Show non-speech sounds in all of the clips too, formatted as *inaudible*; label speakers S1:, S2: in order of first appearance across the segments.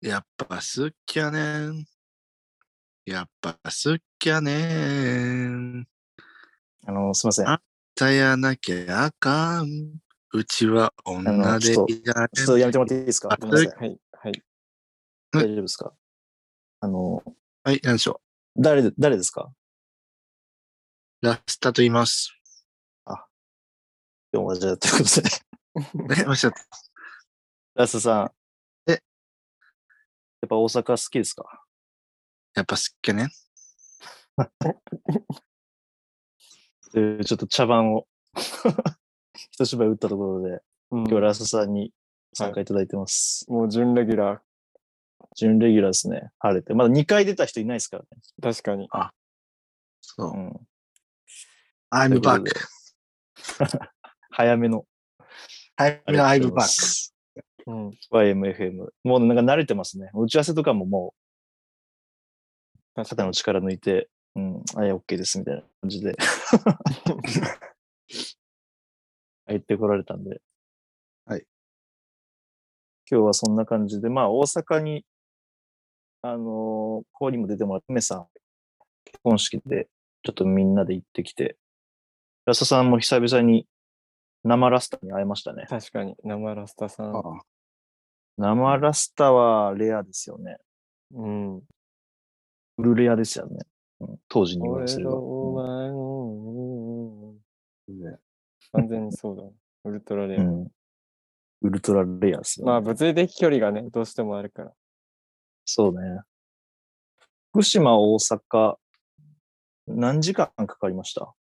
S1: やっぱ好きやねん。やっぱ好きやねん。
S2: あの、すいません。
S1: あたやなきゃあかん。うちは女でいられ
S2: ちょっ
S1: ん。
S2: とやめてもらっていいですか
S1: あ
S2: ごめんなさい。はい。はい。
S1: うん
S2: 大丈夫ですかあの、
S1: はい、なんでしょ
S2: 誰で、誰ですか
S1: う。ラスタと言います。
S2: 今日もじゃあ、ということで。 *laughs*
S1: え、おっしゃった。
S2: ラスさん。
S1: え
S2: やっぱ大阪好きですか
S1: やっぱ好きやねん。
S2: というちょっと茶番を、 *laughs* 一芝居打ったところで、
S3: うん
S2: 今日ラスさんに参加いただいてます。
S3: もう準レギュラー、
S2: 準レギュラーですね。晴れて。まだ2回出た人いないですからね。
S3: 確かに。
S1: そうう。
S2: ん。
S1: I'm
S2: という
S1: back.
S2: ことで *laughs* 早めの。
S1: I'm
S2: ありがと
S1: I'm
S2: うございま
S1: back.
S2: す
S3: うん。
S2: YMFM。もうなんか慣れてますね。打ち合わせとかももう、
S3: 確
S2: 肩
S3: かに
S2: の。力抜いて、うん、あいや、OK です、みたいな
S1: *laughs*
S2: 感じで。入ってこられたんで。
S1: はい。
S2: 今日はそんな感じで、まあ、大阪に、あのー、こにも出てもらった、梅さん、結婚式で、ちょっとみんなで行ってきて、ラストさんも久々に、生ラスタに会えましたね。
S3: 確かに。生ラスタさん。
S1: あ
S2: 生ラスタはレアですよね。
S3: うん。
S2: フルレアですよね。うん当時に言わ
S3: 俺
S2: せれば。
S3: とお
S2: う
S3: 前の、
S1: ね
S3: 完全にそうだな。 *laughs* ウルトラレア。
S2: んウルトラレアですよ、ね。
S3: まあ、物理的距離がね、どうしてもあるから。
S2: そうね。福島、大阪、何時間かかりました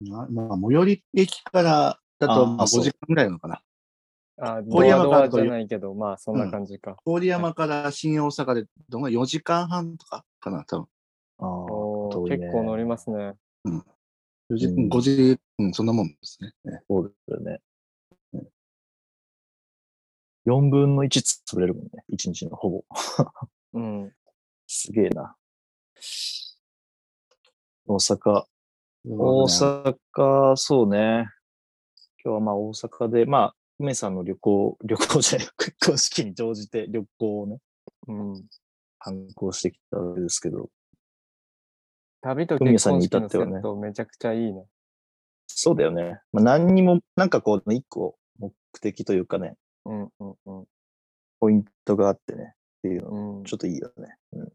S1: なまあ、最寄り駅からだと
S2: あー
S1: まあ
S2: そう
S1: 5時間ぐらいなのかな。
S3: あ、ド
S1: 森
S3: ア
S1: 山
S3: ドア
S1: 監督
S3: じゃないけど、まあ、そんな感じか。
S1: 郡山から新大阪でどんぐらい ?4 時間半とかかな、多分。
S2: ああ
S3: お
S2: 遠
S3: ー
S2: いね
S3: 結構乗りますね。
S1: 4時
S2: うん
S1: 5時、うん、そんなもんですね。ね
S2: そうだよね。4分の1潰れるもんね。1日のほぼ。
S3: うん。
S2: すげえな。大阪。大阪、そうね。今日はまあ大阪で、まあ、梅さんの旅行、 *laughs* 旅行じゃない、結婚式に乗じて旅行をね、
S3: うん。
S2: 反抗してきたわけですけど。
S3: 旅と
S2: 海
S3: 結
S2: さん
S3: 婚
S2: に至
S3: 式の
S2: って
S3: セ
S2: はね
S3: ットめちゃくちゃいいね。
S2: そうだよね。まあ、何にも、なんかこう、一個目的というかね、
S3: うんうんうん
S2: ポイントがあってね、っていうの、
S3: うん
S2: ちょっといいよね。うん、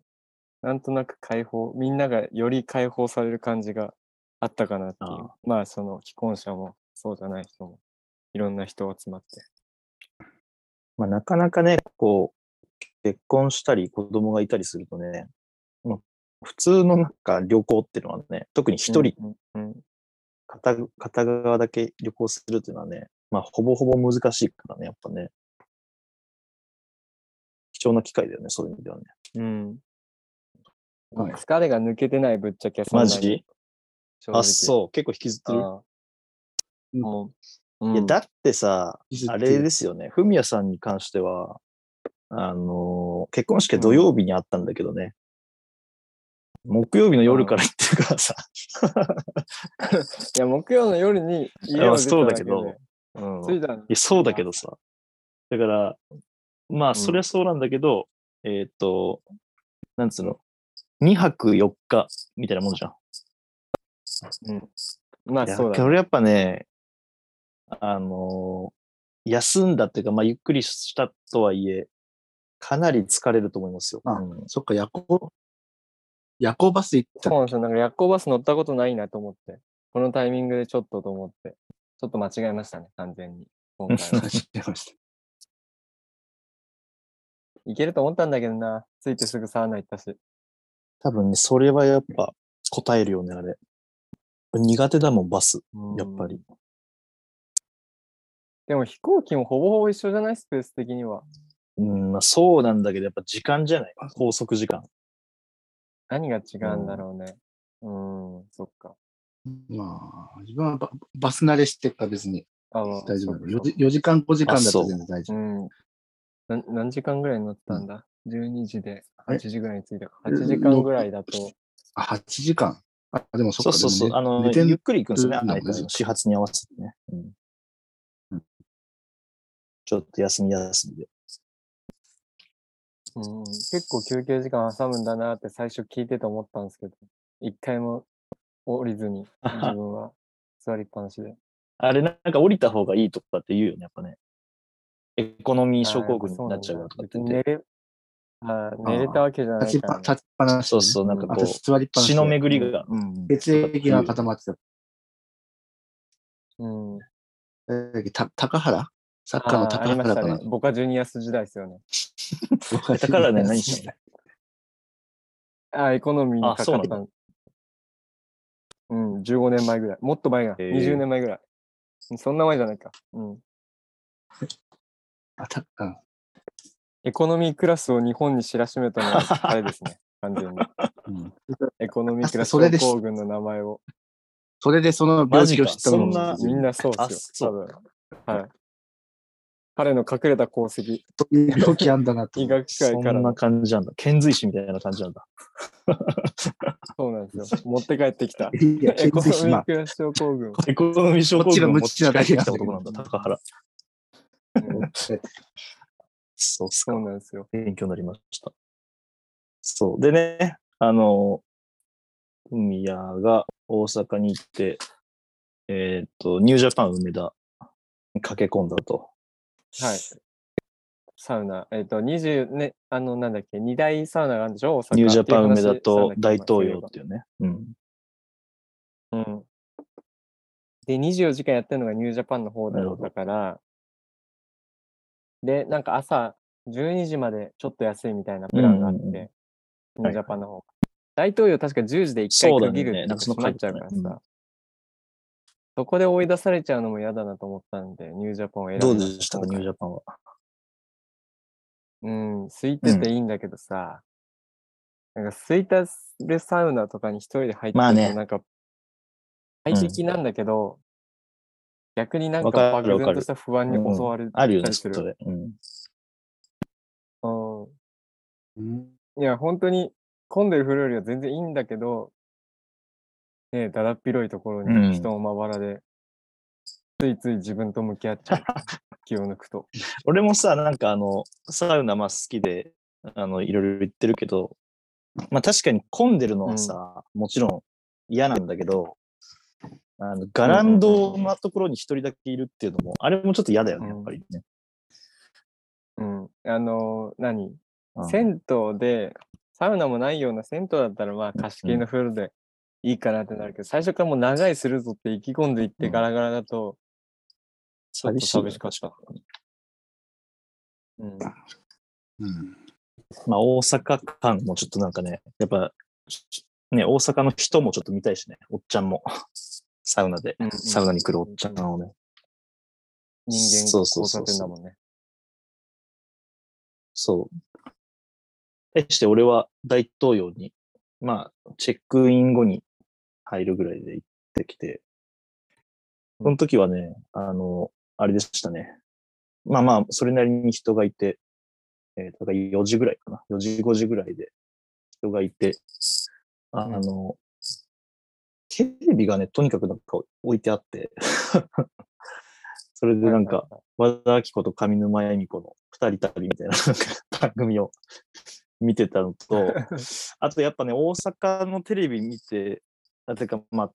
S3: なんとなく解放、みんながより解放される感じがあったかなっていう。
S2: あ
S3: まあ、その既婚者もそうじゃない人も、いろんな人集まって。
S2: まあ、なかなかね、こう、結婚したり子供がいたりするとね、まあ、普通のなんか旅行っていうのはね、特に一人、
S3: うんうんうん
S2: 片片側だけ旅行するっていうのはね、まあ、ほぼほぼ難しいからね、やっぱね。貴重な機会だよね、そういう意味ではね。
S3: うん。まあ
S1: はい。
S3: 疲れが抜けてないぶっちゃけ
S2: マジあ、
S3: う。
S2: そう、結構引きずってる。
S3: あーもう、
S2: いや、
S3: うん
S2: だってさ、あれですすよね、フミヤさんに関しては、あのー結婚式は土曜日にあったんだけどね、木曜日の夜から行ってるからさ、
S3: いや、木曜の夜に家を出た
S2: そうだ
S3: だ
S2: け
S3: けで
S2: ど *laughs* うん
S3: 着
S2: い
S3: いたの
S2: やそうだけどさ、だから、まあ、そりゃそうなんだけど、えーっと、なんつうの、2泊4日みたいなもんじゃん。
S3: まあ、
S2: いや
S3: そうだ
S2: こ
S3: ね。
S2: れやっぱね、あのー休んだっていうか、まあ、ゆっくりしたとはいえ、かなり疲れると思いますよ。
S1: あ
S2: うん
S1: そっか、夜行、夜行バスで行った
S3: そう
S1: の。
S3: なんですよ。なんか夜行バス乗ったことないなと思って、このタイミングでちょっとと思って、ちょっと間違えましたね、完全に。今回
S2: *laughs*
S3: は
S1: 知ってました。
S3: いけると思ったんだけどな。ついてすぐサウナ行ったし。
S2: 多分ね、それはやっぱ答えるよね、あれ。苦手だもん、バス。やっぱ
S3: う
S2: り
S3: ん。。でも飛行機もほぼほぼ一緒じゃないスペース的には。
S2: うん、まあそうなんだけど、やっぱ時間じゃない拘束時間。
S3: 何が違うんだろうね。うん、んそっか。
S1: まあ、自分はババス慣れしてるから別に
S3: あまあ
S1: 大丈
S3: そっ
S1: 夫
S3: か
S1: 4時。4時間、5時間だったら全然大
S3: う
S1: 丈
S3: ん。な何時間ぐらいに乗ったんだ ?12 時で
S1: え
S3: 8時ぐらいに着いたか。
S1: え
S3: 8時間ぐらいだと。
S1: 夫。あ、8時間。あ、でもそっか。
S2: そうそうそう。
S1: で
S2: あ
S1: も
S2: の、
S1: 寝て
S2: ゆっ
S1: ん
S2: くり行くんですよね。
S1: うん
S2: あの始発に合わせてね。うん
S1: うん
S2: ちょっと休み休みで。
S3: うん、結構休憩時間挟むんだなって最初聞いてて思ったんですけど、一回も降りずに自分は座りっぱなしで。
S2: あれ、なんか降りた方がいいとかって言うよね、やっぱね。エコノミー症候群になっちゃうよとかって言って。
S3: 寝れあー寝れたわけじゃな
S1: 立ち
S3: い
S1: っ
S3: か
S1: ぱ
S3: らね、
S1: 立ちっぱなし。
S2: そうそう、なんかこ
S1: 私座りっ
S2: う、
S1: ぱなしで。
S2: 血の巡りが、うん。
S1: 血液が固まってた。
S3: うん。
S1: えーた高原サッカーの
S3: あーあ
S1: 高
S3: りまし
S1: 原
S3: た
S1: か
S3: ね
S1: な。。
S3: ボカジュニアス時代ですよね。
S2: *laughs* だからね、何してんの
S3: あーエコノミーにか
S2: あ
S3: か
S2: そう
S3: っ
S2: なん
S3: た
S2: だ
S3: ん。うん、15年前ぐらい。もっと前が、
S2: へー
S3: 20年前ぐらい。うんそんな前じゃないか。うん。
S1: *laughs* あたうん
S3: エコノミークラスを日本に知らしめたのはあれで
S2: *laughs*
S3: すね。完全に。
S1: うん
S3: エコノミークラス
S1: それです
S3: 症候群の名前を。
S1: それでその病気を知ったのも
S2: マジかそんな
S3: みんなそうっすよ。多分。はい。彼の隠れた功績、
S1: そういう病気あんだなと
S3: 医。学
S2: そ
S3: 界から
S2: んな
S3: の
S2: 感じなんだ。遣隋使みたいな感じなんだ。
S3: そうなんですよ。持って帰ってきた。
S1: いや
S3: エコノ
S1: 血
S3: ミ
S1: 液
S3: ー
S1: が
S3: クラス症候群。
S2: エコノミー症候群を持ち帰ってきた男なんだ、
S1: こっちが無知なだけなんだけど
S2: 高原。
S3: うん
S1: *laughs*
S2: そうっす
S3: そうなんですよ。
S2: 勉強になりました。そう。でね、あの、海谷が大阪に行って、えっ、と、ニュージャパン梅田に駆け込んだと。
S3: はい。サウナ。えっ、と、20ね、あの、なんだっけ、二大サウナがあるんでしょ大阪
S2: ニュージャパン梅田
S3: だ
S2: と大東洋っていうね。うん。
S3: うん。で、24時間やってるのがニュージャパンの方だ
S2: なるほど
S3: だから、で、なんか朝12時までちょっと安いみたいなプランがあって、
S2: うんうんうん
S3: ニュージャパンの方が。大統領確か10時で一
S2: そ
S3: 回
S2: うだ
S3: 区
S2: ね
S3: 切るって
S2: なんかその
S3: 閉まっちゃうからさ、
S2: 書いてたねう
S3: そこで追い出されちゃうのも嫌だなと思ったんで、ニュージャパンを選んだ
S2: ど
S3: ん
S2: う
S3: です
S2: でしたか、ニ
S3: 今
S2: ュ
S3: 回
S2: ージャパンは。
S3: うん、空いてていいんだけどさ、なんか空いたるサウナとかに一人で入って
S2: まあ
S3: る
S2: ね
S3: と、なんか、快適なんだけど、逆になんか
S2: わか
S3: 漠
S2: るわかる
S3: 然とした不安に襲われ
S2: あるよね、
S3: たりす
S2: そ
S3: る。
S2: れ。うん。
S3: う
S1: うん
S3: ん。いや、本当に混んでる風呂よりは全然いいんだけど、ねえ、だだっ広いところ
S2: う
S3: に
S2: ん
S3: 人もまばらで、ついつい自分と向き合っちゃう。気を抜くと。
S2: 俺もさ、なんかあの、サウナまあ好きで、あの、いろいろ言ってるけど、まあ確かに混んでるのはさ、もちろん嫌なんだけど、あの、ガランドなところに一人だけいるっていうのも、あれもちょっと嫌だよね、
S3: う
S2: や
S3: ん
S2: っぱりね。
S3: うん。あの、何
S2: うん
S3: 銭湯で、サウナもないような銭湯だったら、まあ、貸し切りの風呂でいいかなってなるけど、最初からもう長いするぞって意気込んでいって
S2: うん
S3: ガラガラだと、ちょっと
S2: 寂しいよね
S3: 寂しかった。うん。
S1: うん
S2: まあ大阪間もちょっとなんかね、やっぱ、ね、大阪の人もちょっと見たいしね、おっちゃんも。サウナで
S3: うんうん、
S2: サウナに来るおっちゃんをね。
S3: 人間
S2: そうそうそうそ
S3: 交差
S2: う
S3: 点だもんね。
S2: そう。対して俺は大東洋に、まあ、チェックイン後に入るぐらいで行ってきて、その時はね、あの、あれでしたね。まあまあ、それなりに人がいて、えー、と4時ぐらいかな。4時、5時ぐらいで人がいて、あ
S3: うん
S2: あの、テレビがね、とにかくなんか置いてあって、 *laughs* それでなんか、和田アキ子と上沼恵美子の二人旅みたいななんか番組を見てたの *laughs* と、あとやっぱね、大阪のテレビ見て、あてかまあ、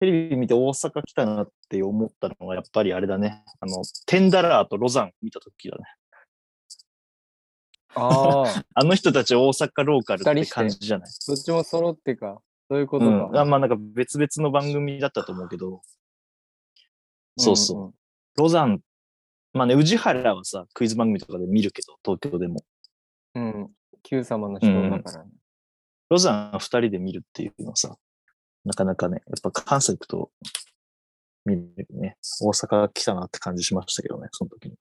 S2: テレビ見て大阪来たなって思ったのはやっぱりあれだね。あの、テンダラーとロザン見た時だね。
S3: あ
S2: *laughs*
S3: あ、
S2: あの人たち大阪ローカルって感じじゃない。
S3: どっちも揃ってか。そういうこ
S2: う
S3: とか。
S2: ん、あまあなんか別々の番組だったと思うけど、そうそう。
S3: んん
S2: ロザン、まあね、宇治原はさ、クイズ番組とかで見るけど、東京でも。
S3: うん。Q 様の人だからね。
S2: ロザン二人で見るっていうのはさ、なかなかね、やっぱ関西行くと見るね、大阪来たなって感じしましたけどね、その時に。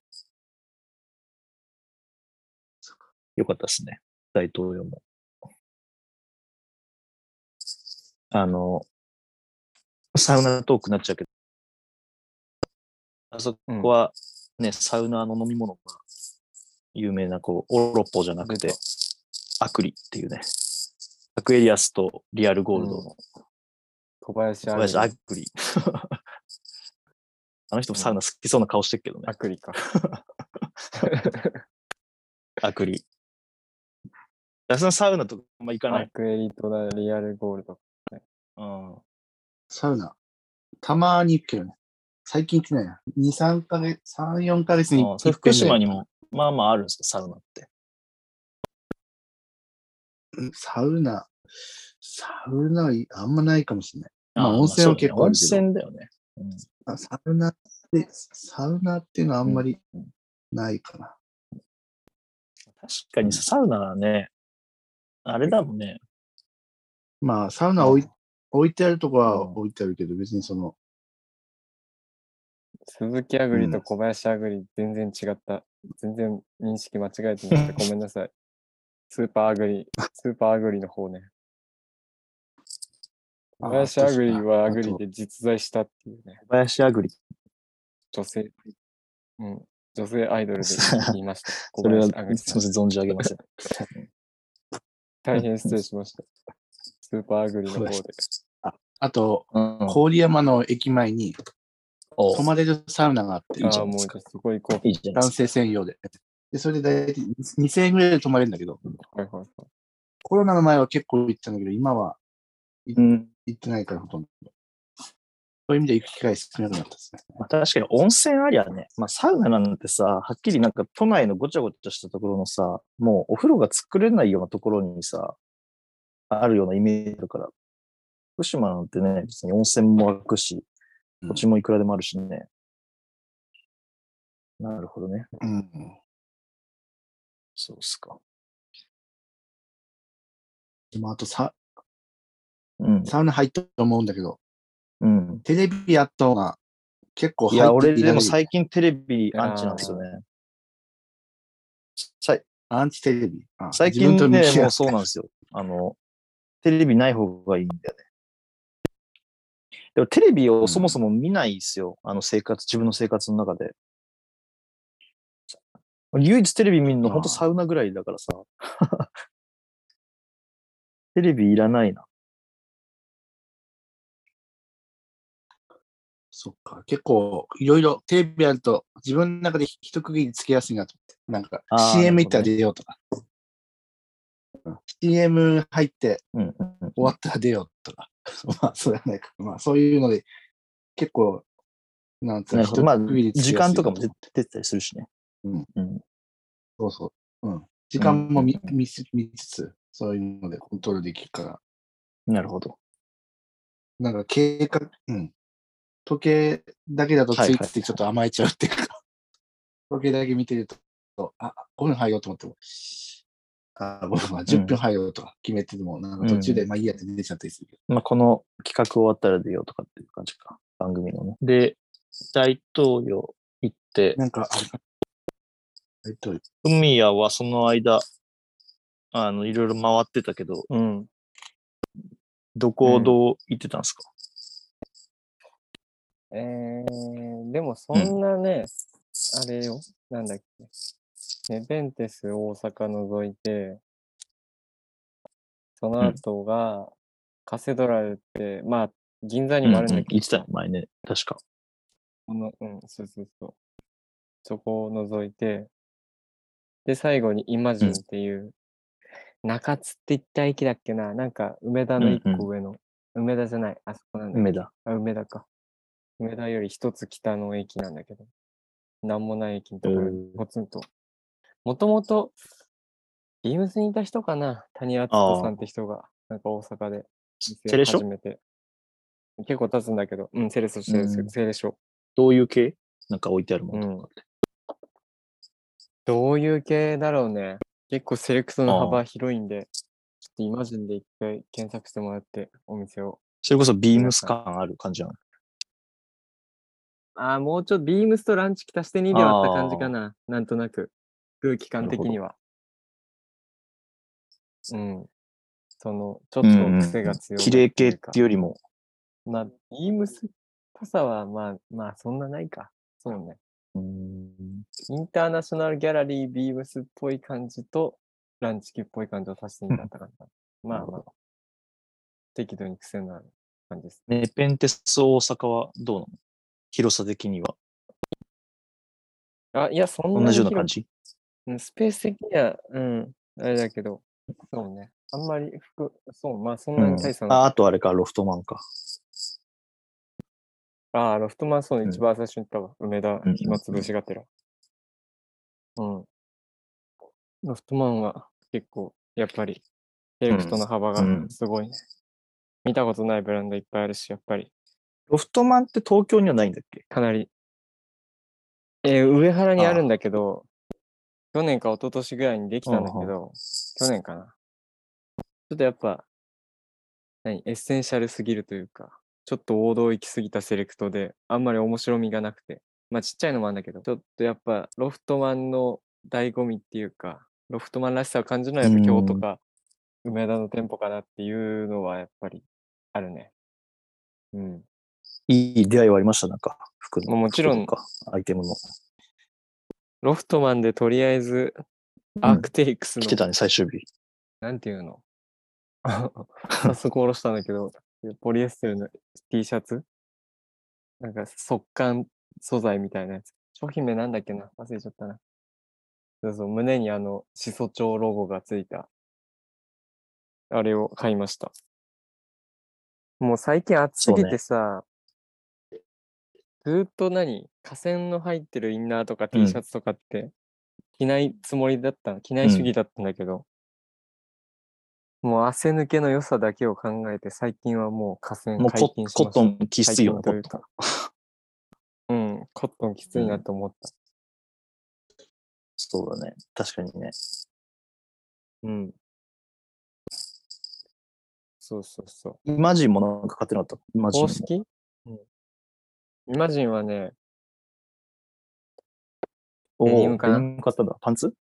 S2: よかったですね、大統領も。あの、サウナトークになっちゃうけど、あそこはね、サウナーの飲み物が有名な、こう、オロポじゃなくて
S3: 出、
S2: アクリっていうね、アクエリアスとリアルゴールド
S3: うん
S2: の
S3: 小林
S2: 小
S3: ア
S2: 林
S3: ク
S2: アクリ。 *laughs* あの人もサウナ好きそうな顔してるけどね
S3: ア。クリか。
S2: アクリ。安田さんサウナとかあんま行
S3: *laughs*
S2: か
S3: ア
S2: ない。
S3: クエリートだ、リアルゴールド。
S2: うん。
S1: サウナ。たまに行くけどね。最近行ってないな。2、3ヶ月、3、4ヶ月に
S2: ああそれ福島にも。、まあまああるんですか、サウナって。
S1: うんサウナ、サウナ、あんまないかもしれない。まあ
S2: ー
S1: 温泉は結構あるけど
S2: そうだね温泉だよね。うん
S1: あサウナって、サウナっていうのはあんまりないかな。
S2: 確かにさサウナはね、あれだもんね。
S1: まあ、サウナ置い,、置いてあるとこは置いてあるけど、別にその、
S3: 鈴木アグリ
S1: う
S3: と
S1: ん
S3: 小林アグリ、全然違った。全然認識間違えてました。ごめんなさい。スーパーアグリ、スーパーアグリの方ね。小林アグリはアグリで実在したっていうね、
S2: 小林アグリ。
S3: 女性、うん、女性アイドルで言いました。小
S2: それは、
S3: 林
S2: すみ
S3: ア
S2: ま
S3: グリ
S2: せ
S3: さん。
S2: ん、存じ上げま *laughs* せん。
S3: 大変失礼しました。スーパーアグリの方で。
S1: あと、
S2: うん
S1: 郡山の駅前に
S2: お
S1: 泊まれるサウナがあって、
S2: いいじ
S3: あ
S2: ゃ
S3: あ、
S2: ない
S3: も
S2: です
S3: うじ
S2: か
S3: ゃあそこ行こ
S2: いいじゃない
S1: 男
S2: ですか。
S1: 性専用で。で、それで大体2000円ぐらいで泊まれるんだけど、
S3: う。はいはいはい
S1: コロナの前は結構行ったんだけど、今は
S2: うん
S1: 行ってないからほとんど。そういう意味で行く機会少なくなったですね。
S2: まあ、確かに温泉ありゃね、まあ、サウナなんてさ、はっきりなんか都内のごちゃごちゃしたところのさ、もうお風呂が作れないようなところにさ、あるようなイメージだから、福島なんてね、別に温泉も湧くし、
S1: うん
S2: 土地もいくらでもあるしね。なるほどね。
S1: うん。
S2: そうっすか。
S1: でもあとサ
S2: うん。
S1: サウナ入ったと思うんだけど、
S2: うん。
S1: テレビやった方が結構入
S2: い
S1: って
S2: や、俺
S1: いら
S2: で
S1: れ
S2: も
S1: る
S2: 最近テレビアンチなんですよね。さい
S1: アンチテレビ。あ
S2: 最近
S1: 自分と向
S2: ね、
S1: き合
S2: もうそうなんですよ。あの、テレビない方がいいんだよね。でもテレビをそもそも見ないですよ。あの生活、自分の生活の中で。唯一テレビ見るの
S1: あー
S2: 本当サウナぐらいだからさ。 *laughs* テレビいらないな。
S1: そっか。結構、いろいろテレビやると、自分の中で一区切りつけやすいなと思って。なんか
S2: あー、
S1: CM
S2: なる
S1: 行
S2: ほ
S1: っ
S2: ど
S1: た
S2: ね
S1: ら出ようとか。CM 入って
S2: うんうんうん、
S1: 終わったら出ようとか。 *laughs* まあ、そうやないか。まあ、そういうので、結構、なんつう
S2: な
S1: の、
S2: るほど。まあ、
S1: 一区切りつけやす
S2: 時
S1: いな
S2: 間とか
S1: 思
S2: も
S1: って
S2: 出出てたりするしね。
S1: うん
S2: うん、
S1: そうそう。うん。時間も見,、
S2: う
S1: 見つ見つつ、そういうのでコントロールできるから。
S2: なるほど。
S1: なんか計画、うん。時計だけだとつ
S2: はいはい
S1: いついちょっと甘えちゃうっていうか、 *laughs* 時計だけ見てると、あ、5分入ろうと思っても、あ、5分は10分入ろうとか決めてても、なんか途中で、まあいいやって出ちゃったりするけど。
S2: まあ、この企画終わったら出ようとかっていう感じか。番組のね。で、大統領行って、
S1: なんか、あれかえっと、
S2: 海谷はその間、あの、いろいろ回ってたけど、。
S3: うん。
S2: どこをどう行ってたんですか、
S3: えー、でもそんなね、あれよ、なんだっけ、ネベンテス大阪除いて、その後が、カセドラルって、まあ、銀座にもあるんだけど、
S2: 行ってたよ、前ね。確か。
S3: この、うん、そうそうそう。そこを除いて、で、最後にイマジンっていう、中津って言った駅だっけな、なんか梅田の一
S2: うんうん
S3: 個上の、梅田じゃない、あそこなんだ
S2: 梅田。
S3: あ、梅田か。梅田より一つ北の駅なんだけど、なんもない駅のところに
S2: うん
S3: ポツンと。もともと、ビームスにいた人かな谷敦人さんって人が、なんか大阪で
S2: セレシ
S3: 始
S2: ョ
S3: めて。結構経つんだけど、うん、セレソしてるんですけ
S2: うん
S3: ど、セレショ。
S2: どういう系なんか置いてあるも
S3: う
S2: のと
S3: ん
S2: か。。
S3: どういう系だろうね。結構セレクト
S2: あ
S3: の
S2: あ
S3: 幅広いんで、ちょっとイマジンで一回検索してもらって、お店を。
S2: それこそビームス感ある感じなの。
S3: ああ、もうちょっとビームスとランチ足して2で割った感じかな。なんとなく。空気感的には。うん。その、ちょっと癖が強い。
S2: 綺麗系っていうよりも、
S3: まあ、ビームスっぽさは、まあ、まあ、そんなないか。そうね。
S2: うん、
S3: インターナショナルギャラリービームスっぽい感じと、ランチキっぽい感じを足して2だったかな。ま
S2: な
S3: あ
S2: るほ
S3: まあ、適度に癖のある感じです。
S2: ネペンテス大阪はどうなの広さ的には。
S3: あ、いや、そんな
S2: 同
S3: に
S2: じような
S3: 広く
S2: 感じ
S3: うんスペース的には、うん、あれだけど、そうね。あんまり服、そう、まあそんなに大差ない。
S2: あ、あとあれか、ロフトマンか。
S3: ああ、ロフトマンそう
S2: う
S3: ね、
S2: ん
S3: 一番最初に言ったわ。梅田
S2: うん
S3: 暇つぶしがてら。うん。ロフトマンは結構、やっぱり、セレクトの幅が
S2: うん
S3: すごいね。見たことないブランドいっぱいあるし、やっぱり、
S2: ロフトマンって東京にはないんだっけ
S3: かなり。えー上原にあるんだけど、去年か一昨年ぐらいにできたんだけ
S2: うんうん
S3: ど、去年かな。ちょっとやっぱ、何、エッセンシャルすぎるというか、ちょっと王道行きすぎたセレクトで、あんまり面白みがなくて。まあちっちゃいのもあるんだけど、ちょっとやっぱロフトマンの醍醐味っていうか、ロフトマンらしさを感じるのはやっぱ京都
S2: うん
S3: か梅田の店舗かなっていうのはやっぱりあるね。うん。
S2: いい出会いはありました、なんか、服の。
S3: もうもちろん
S2: 服とか、アイテムの。
S3: ロフトマンでとりあえずアークテイクス
S2: 来
S3: の、
S2: てたね、最終日。
S3: なんてい
S2: *laughs*
S3: うの早速おろしたんだけど、ポリエステルの T シャツなんか速乾素材みたいなやつ。商品名なんだっけな忘れちゃったな。そうそう、胸にあの、しそ帳ロゴがついた、あれを買いました。もう最近暑す
S2: そうね
S3: ぎてさ、ずーっと何河川の入ってるインナーとか T シャツとかって、着ないつもりだったの、着ない主義だったんだけど、もう汗抜けの良さだけを考えて、最近はもう河川
S2: もう
S3: 解
S2: コ
S3: 禁し
S2: コ
S3: ま
S2: ッ
S3: した
S2: ト。ンきついよね、コ
S3: 解禁
S2: ット
S3: と
S2: ン。
S3: うん、コットンきついなと思った。
S2: そうだね。確かにね。
S3: うん。そうそうそう。
S2: イマジンもなんか買ってなかった。イマジン
S3: 公
S2: も。
S3: 式、うん、イマジンはね、
S2: お
S3: デニ
S2: ー
S3: ムかな
S2: デニム買ったんだ。パンツ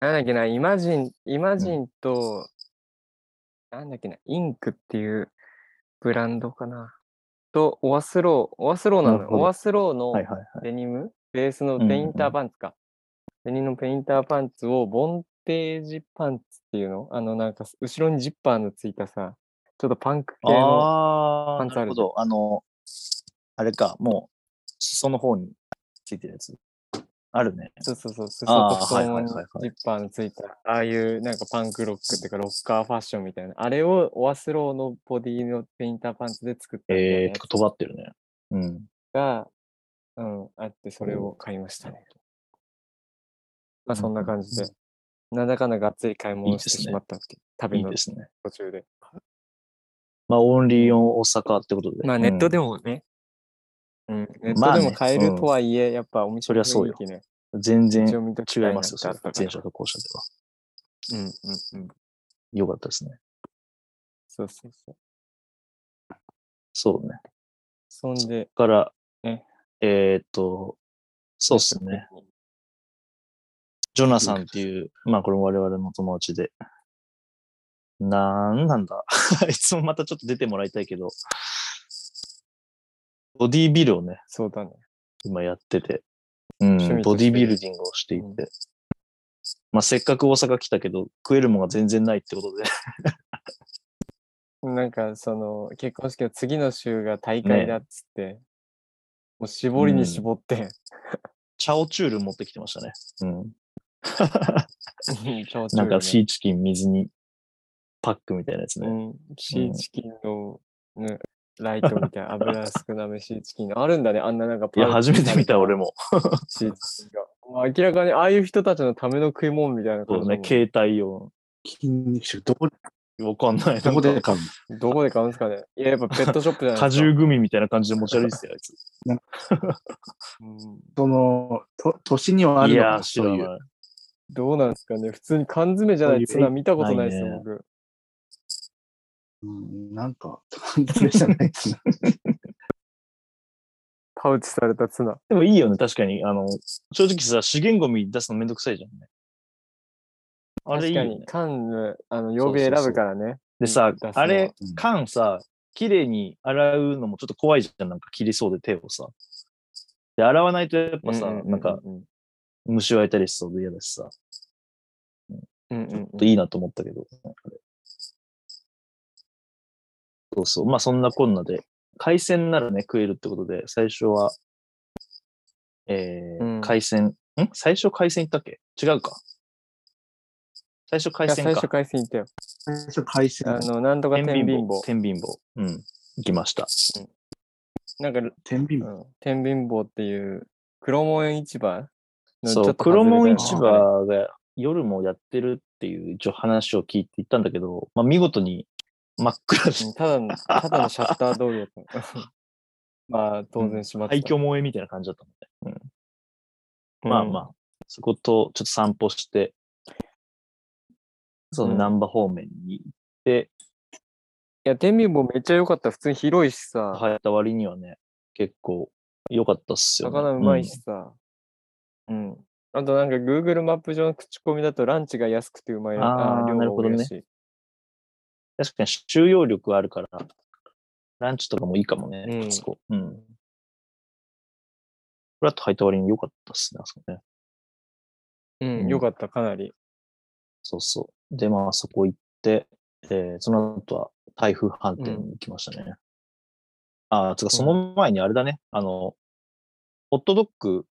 S3: なんだっけな、イマジン、イマジンと、なんだっけな、インクっていうブランドかな。と、オアスロー、オアスローな
S2: な
S3: の
S2: る
S3: よ。
S2: ほど
S3: オアスローの、
S2: はいはいはい。
S3: デニムベース
S2: う
S3: の
S2: んうん
S3: ペインターパンツか。デニムのペインターパンツをボンテージパンツっていうのあのなんか後ろにジッパーのついたさ、ちょっとパンク系の。
S2: あ
S3: パ
S2: あ
S3: ン
S2: ー、
S3: ツあ
S2: なるほ
S3: るじゃん
S2: ど。あの、あれか、もう、裾の方についてるやつ。あるね。
S3: そうそうそう、裾
S2: あー
S3: と太ももに
S2: はいはいはいはい
S3: ジッパーのついた、ああいうなんかパンクロックっていうかロッカーファッションみたいな、あれをオアスローのボディのペインターパンツで作ったみたいな
S2: え
S3: や
S2: ー、
S3: つ
S2: とか、尖ってるね。うん。
S3: が、うん、あって、それを買いましたね。まあそんな感じで、なんだかんだがっつり買い物をして
S2: いいですね
S3: しまったっていう、旅
S2: いい
S3: の
S2: ですね。
S3: 途中で。
S2: まあ、オンリーオン大阪ってことで。
S3: まあネット
S2: も
S3: でもね、うん、ネッ
S2: ま
S3: ト
S2: あ
S3: で
S2: ね
S3: も買え
S2: う
S3: る
S2: ん
S3: とはいえ、やっぱお店
S2: そりゃそうよ
S3: 雰囲気ね、
S2: 全然
S3: 一応見とき
S2: 違
S3: た
S2: い
S3: な
S2: ま
S3: っ
S2: す
S3: て
S2: よ、そ
S3: あ
S2: れ
S3: ったから
S2: 前者と後者では。
S3: うんうんうん。
S2: よかったですね。
S3: そうそうそう。
S2: そうね。
S3: そんで、
S2: だから、
S3: ね
S2: えーっと、そうですね。ジョナサンっていう、まあこれも我々の友達で。なんなんだ *laughs* いつもまたちょっと出てもらいたいけど、ボディービルをね、
S3: そうだね。
S2: 今やってて、うん
S3: 趣味とし
S2: ボデ
S3: て
S2: ィービルディングをしていて、
S3: うん
S2: まあせっかく大阪来たけど、食えるもんが全然ないってことで、 *laughs*
S3: なんか、その、結婚式の次の週が大会だっつって、もう絞り
S2: う
S3: に
S2: ん
S3: 絞って、
S2: チャオチュール持ってきてましたね。うん。
S3: 焼酎をね
S2: なんかシーチキン水にパックみたいなやつ
S3: う
S2: ね。
S3: ん、シーチキンの、ね、ライトみたいな、油少なめシーチキンのあるんだね、あんななんか
S2: いや、
S3: パウチ
S2: 初めて見た
S3: に
S2: 俺も。
S3: されたシーチキンが。もう明らかにああいう人たちのための食い物みたいな
S2: そ
S3: 感
S2: う
S3: じ
S2: ね、携帯用。
S1: 筋肉臭、どこ
S2: わかんない。
S1: どこで
S2: なんか
S1: 買うの
S3: どこで買うんですかねいや、やっぱペットショップじゃない
S2: 果
S3: ですか。
S2: 汁グミみたいな感じで持ち歩いてたや
S3: *laughs*
S2: つ。
S3: うん
S1: その、と都市にはあ
S2: い
S1: るのか
S2: や、
S1: な
S2: 知
S1: そう
S2: ら
S1: いう。
S2: ない。
S3: どうなんですかね普通に缶詰じゃないツナ見たことないですよ、
S2: ないね
S3: 僕。
S1: うん、なんか、感じじゃないですね。
S3: パウチされたツナ。
S2: でもいいよね、確かに。あの、正直さ、資源ゴミ出すのめんどくさいじゃんね。あれいい
S3: 確か
S2: よ
S3: に
S2: ね。
S3: 缶の、あの、曜日選ぶからね。
S2: でさ
S3: 出すの、は
S2: あれ
S1: うん、
S2: 缶さ、綺麗に洗うのもちょっと怖いじゃん。なんか切りそうで手をさ。で、洗わないとやっぱさ、
S3: うううう
S2: なんか、
S3: うん
S2: 虫湧いたりしそうで嫌だしさ。
S3: うん
S2: ちょっ
S3: うん
S2: といいなと思ったけど、なんかねそうそう。まあそんなこんなで、海鮮ならね、食えるってことで、最初は、えー
S3: うん
S2: 海鮮、ん最初海鮮行ったっけ違うか。最初
S3: い
S2: 海
S3: や
S2: 鮮
S3: 最初
S2: か。
S3: 海鮮行ったよ。
S1: 最初、海鮮。
S3: あの、なんとか
S2: 天
S3: 天
S2: 秤
S3: 秤
S2: 棒
S3: 棒。。
S2: 天秤棒。うん。行きました。
S3: なんか、う
S1: 天秤
S3: ん、天秤棒っていう、黒門市場のち
S2: そ
S3: ょっ
S2: う、
S3: と外れ
S2: 黒
S3: ぐらい
S2: 門
S3: の
S2: 市場が夜もやってるっていう一応話を聞いて行ったんだけど、まあ見事に真っ暗で *laughs*
S3: うんただの、ただのシャッター通りだった。 *laughs* まあ、当然閉まって
S2: 廃
S3: た。
S2: 墟萌えみたいな感じだったので、うんまあま
S3: あ。
S2: あ、そことちょっと散歩して、その
S3: うん
S2: 難波方面に行って、
S3: いや、天秤棒めっちゃ良かった。普通に広いしさ、
S2: 流行った割にはね、結構良かったっすよ、ね。
S3: 魚うまいしさ。うん。あとなんか Google マップ上の口コミだとランチが安くてうまいら
S2: あー
S3: 量
S2: な
S3: が
S2: るほ
S3: 多
S2: ど
S3: い
S2: ね
S3: らしい。
S2: うん確かに収容力あるから、ランチとかもいいかもね、
S3: うん
S2: あそこ。うん。フラッと入った割に良かったっすね、あそこね。
S3: うん、良かった、かなり。
S2: そうそう。で、まあそこ行って、えーその後は台風飯店に行きましたね。ああ、つうかその前にあれだね、あの、ホットドッグ、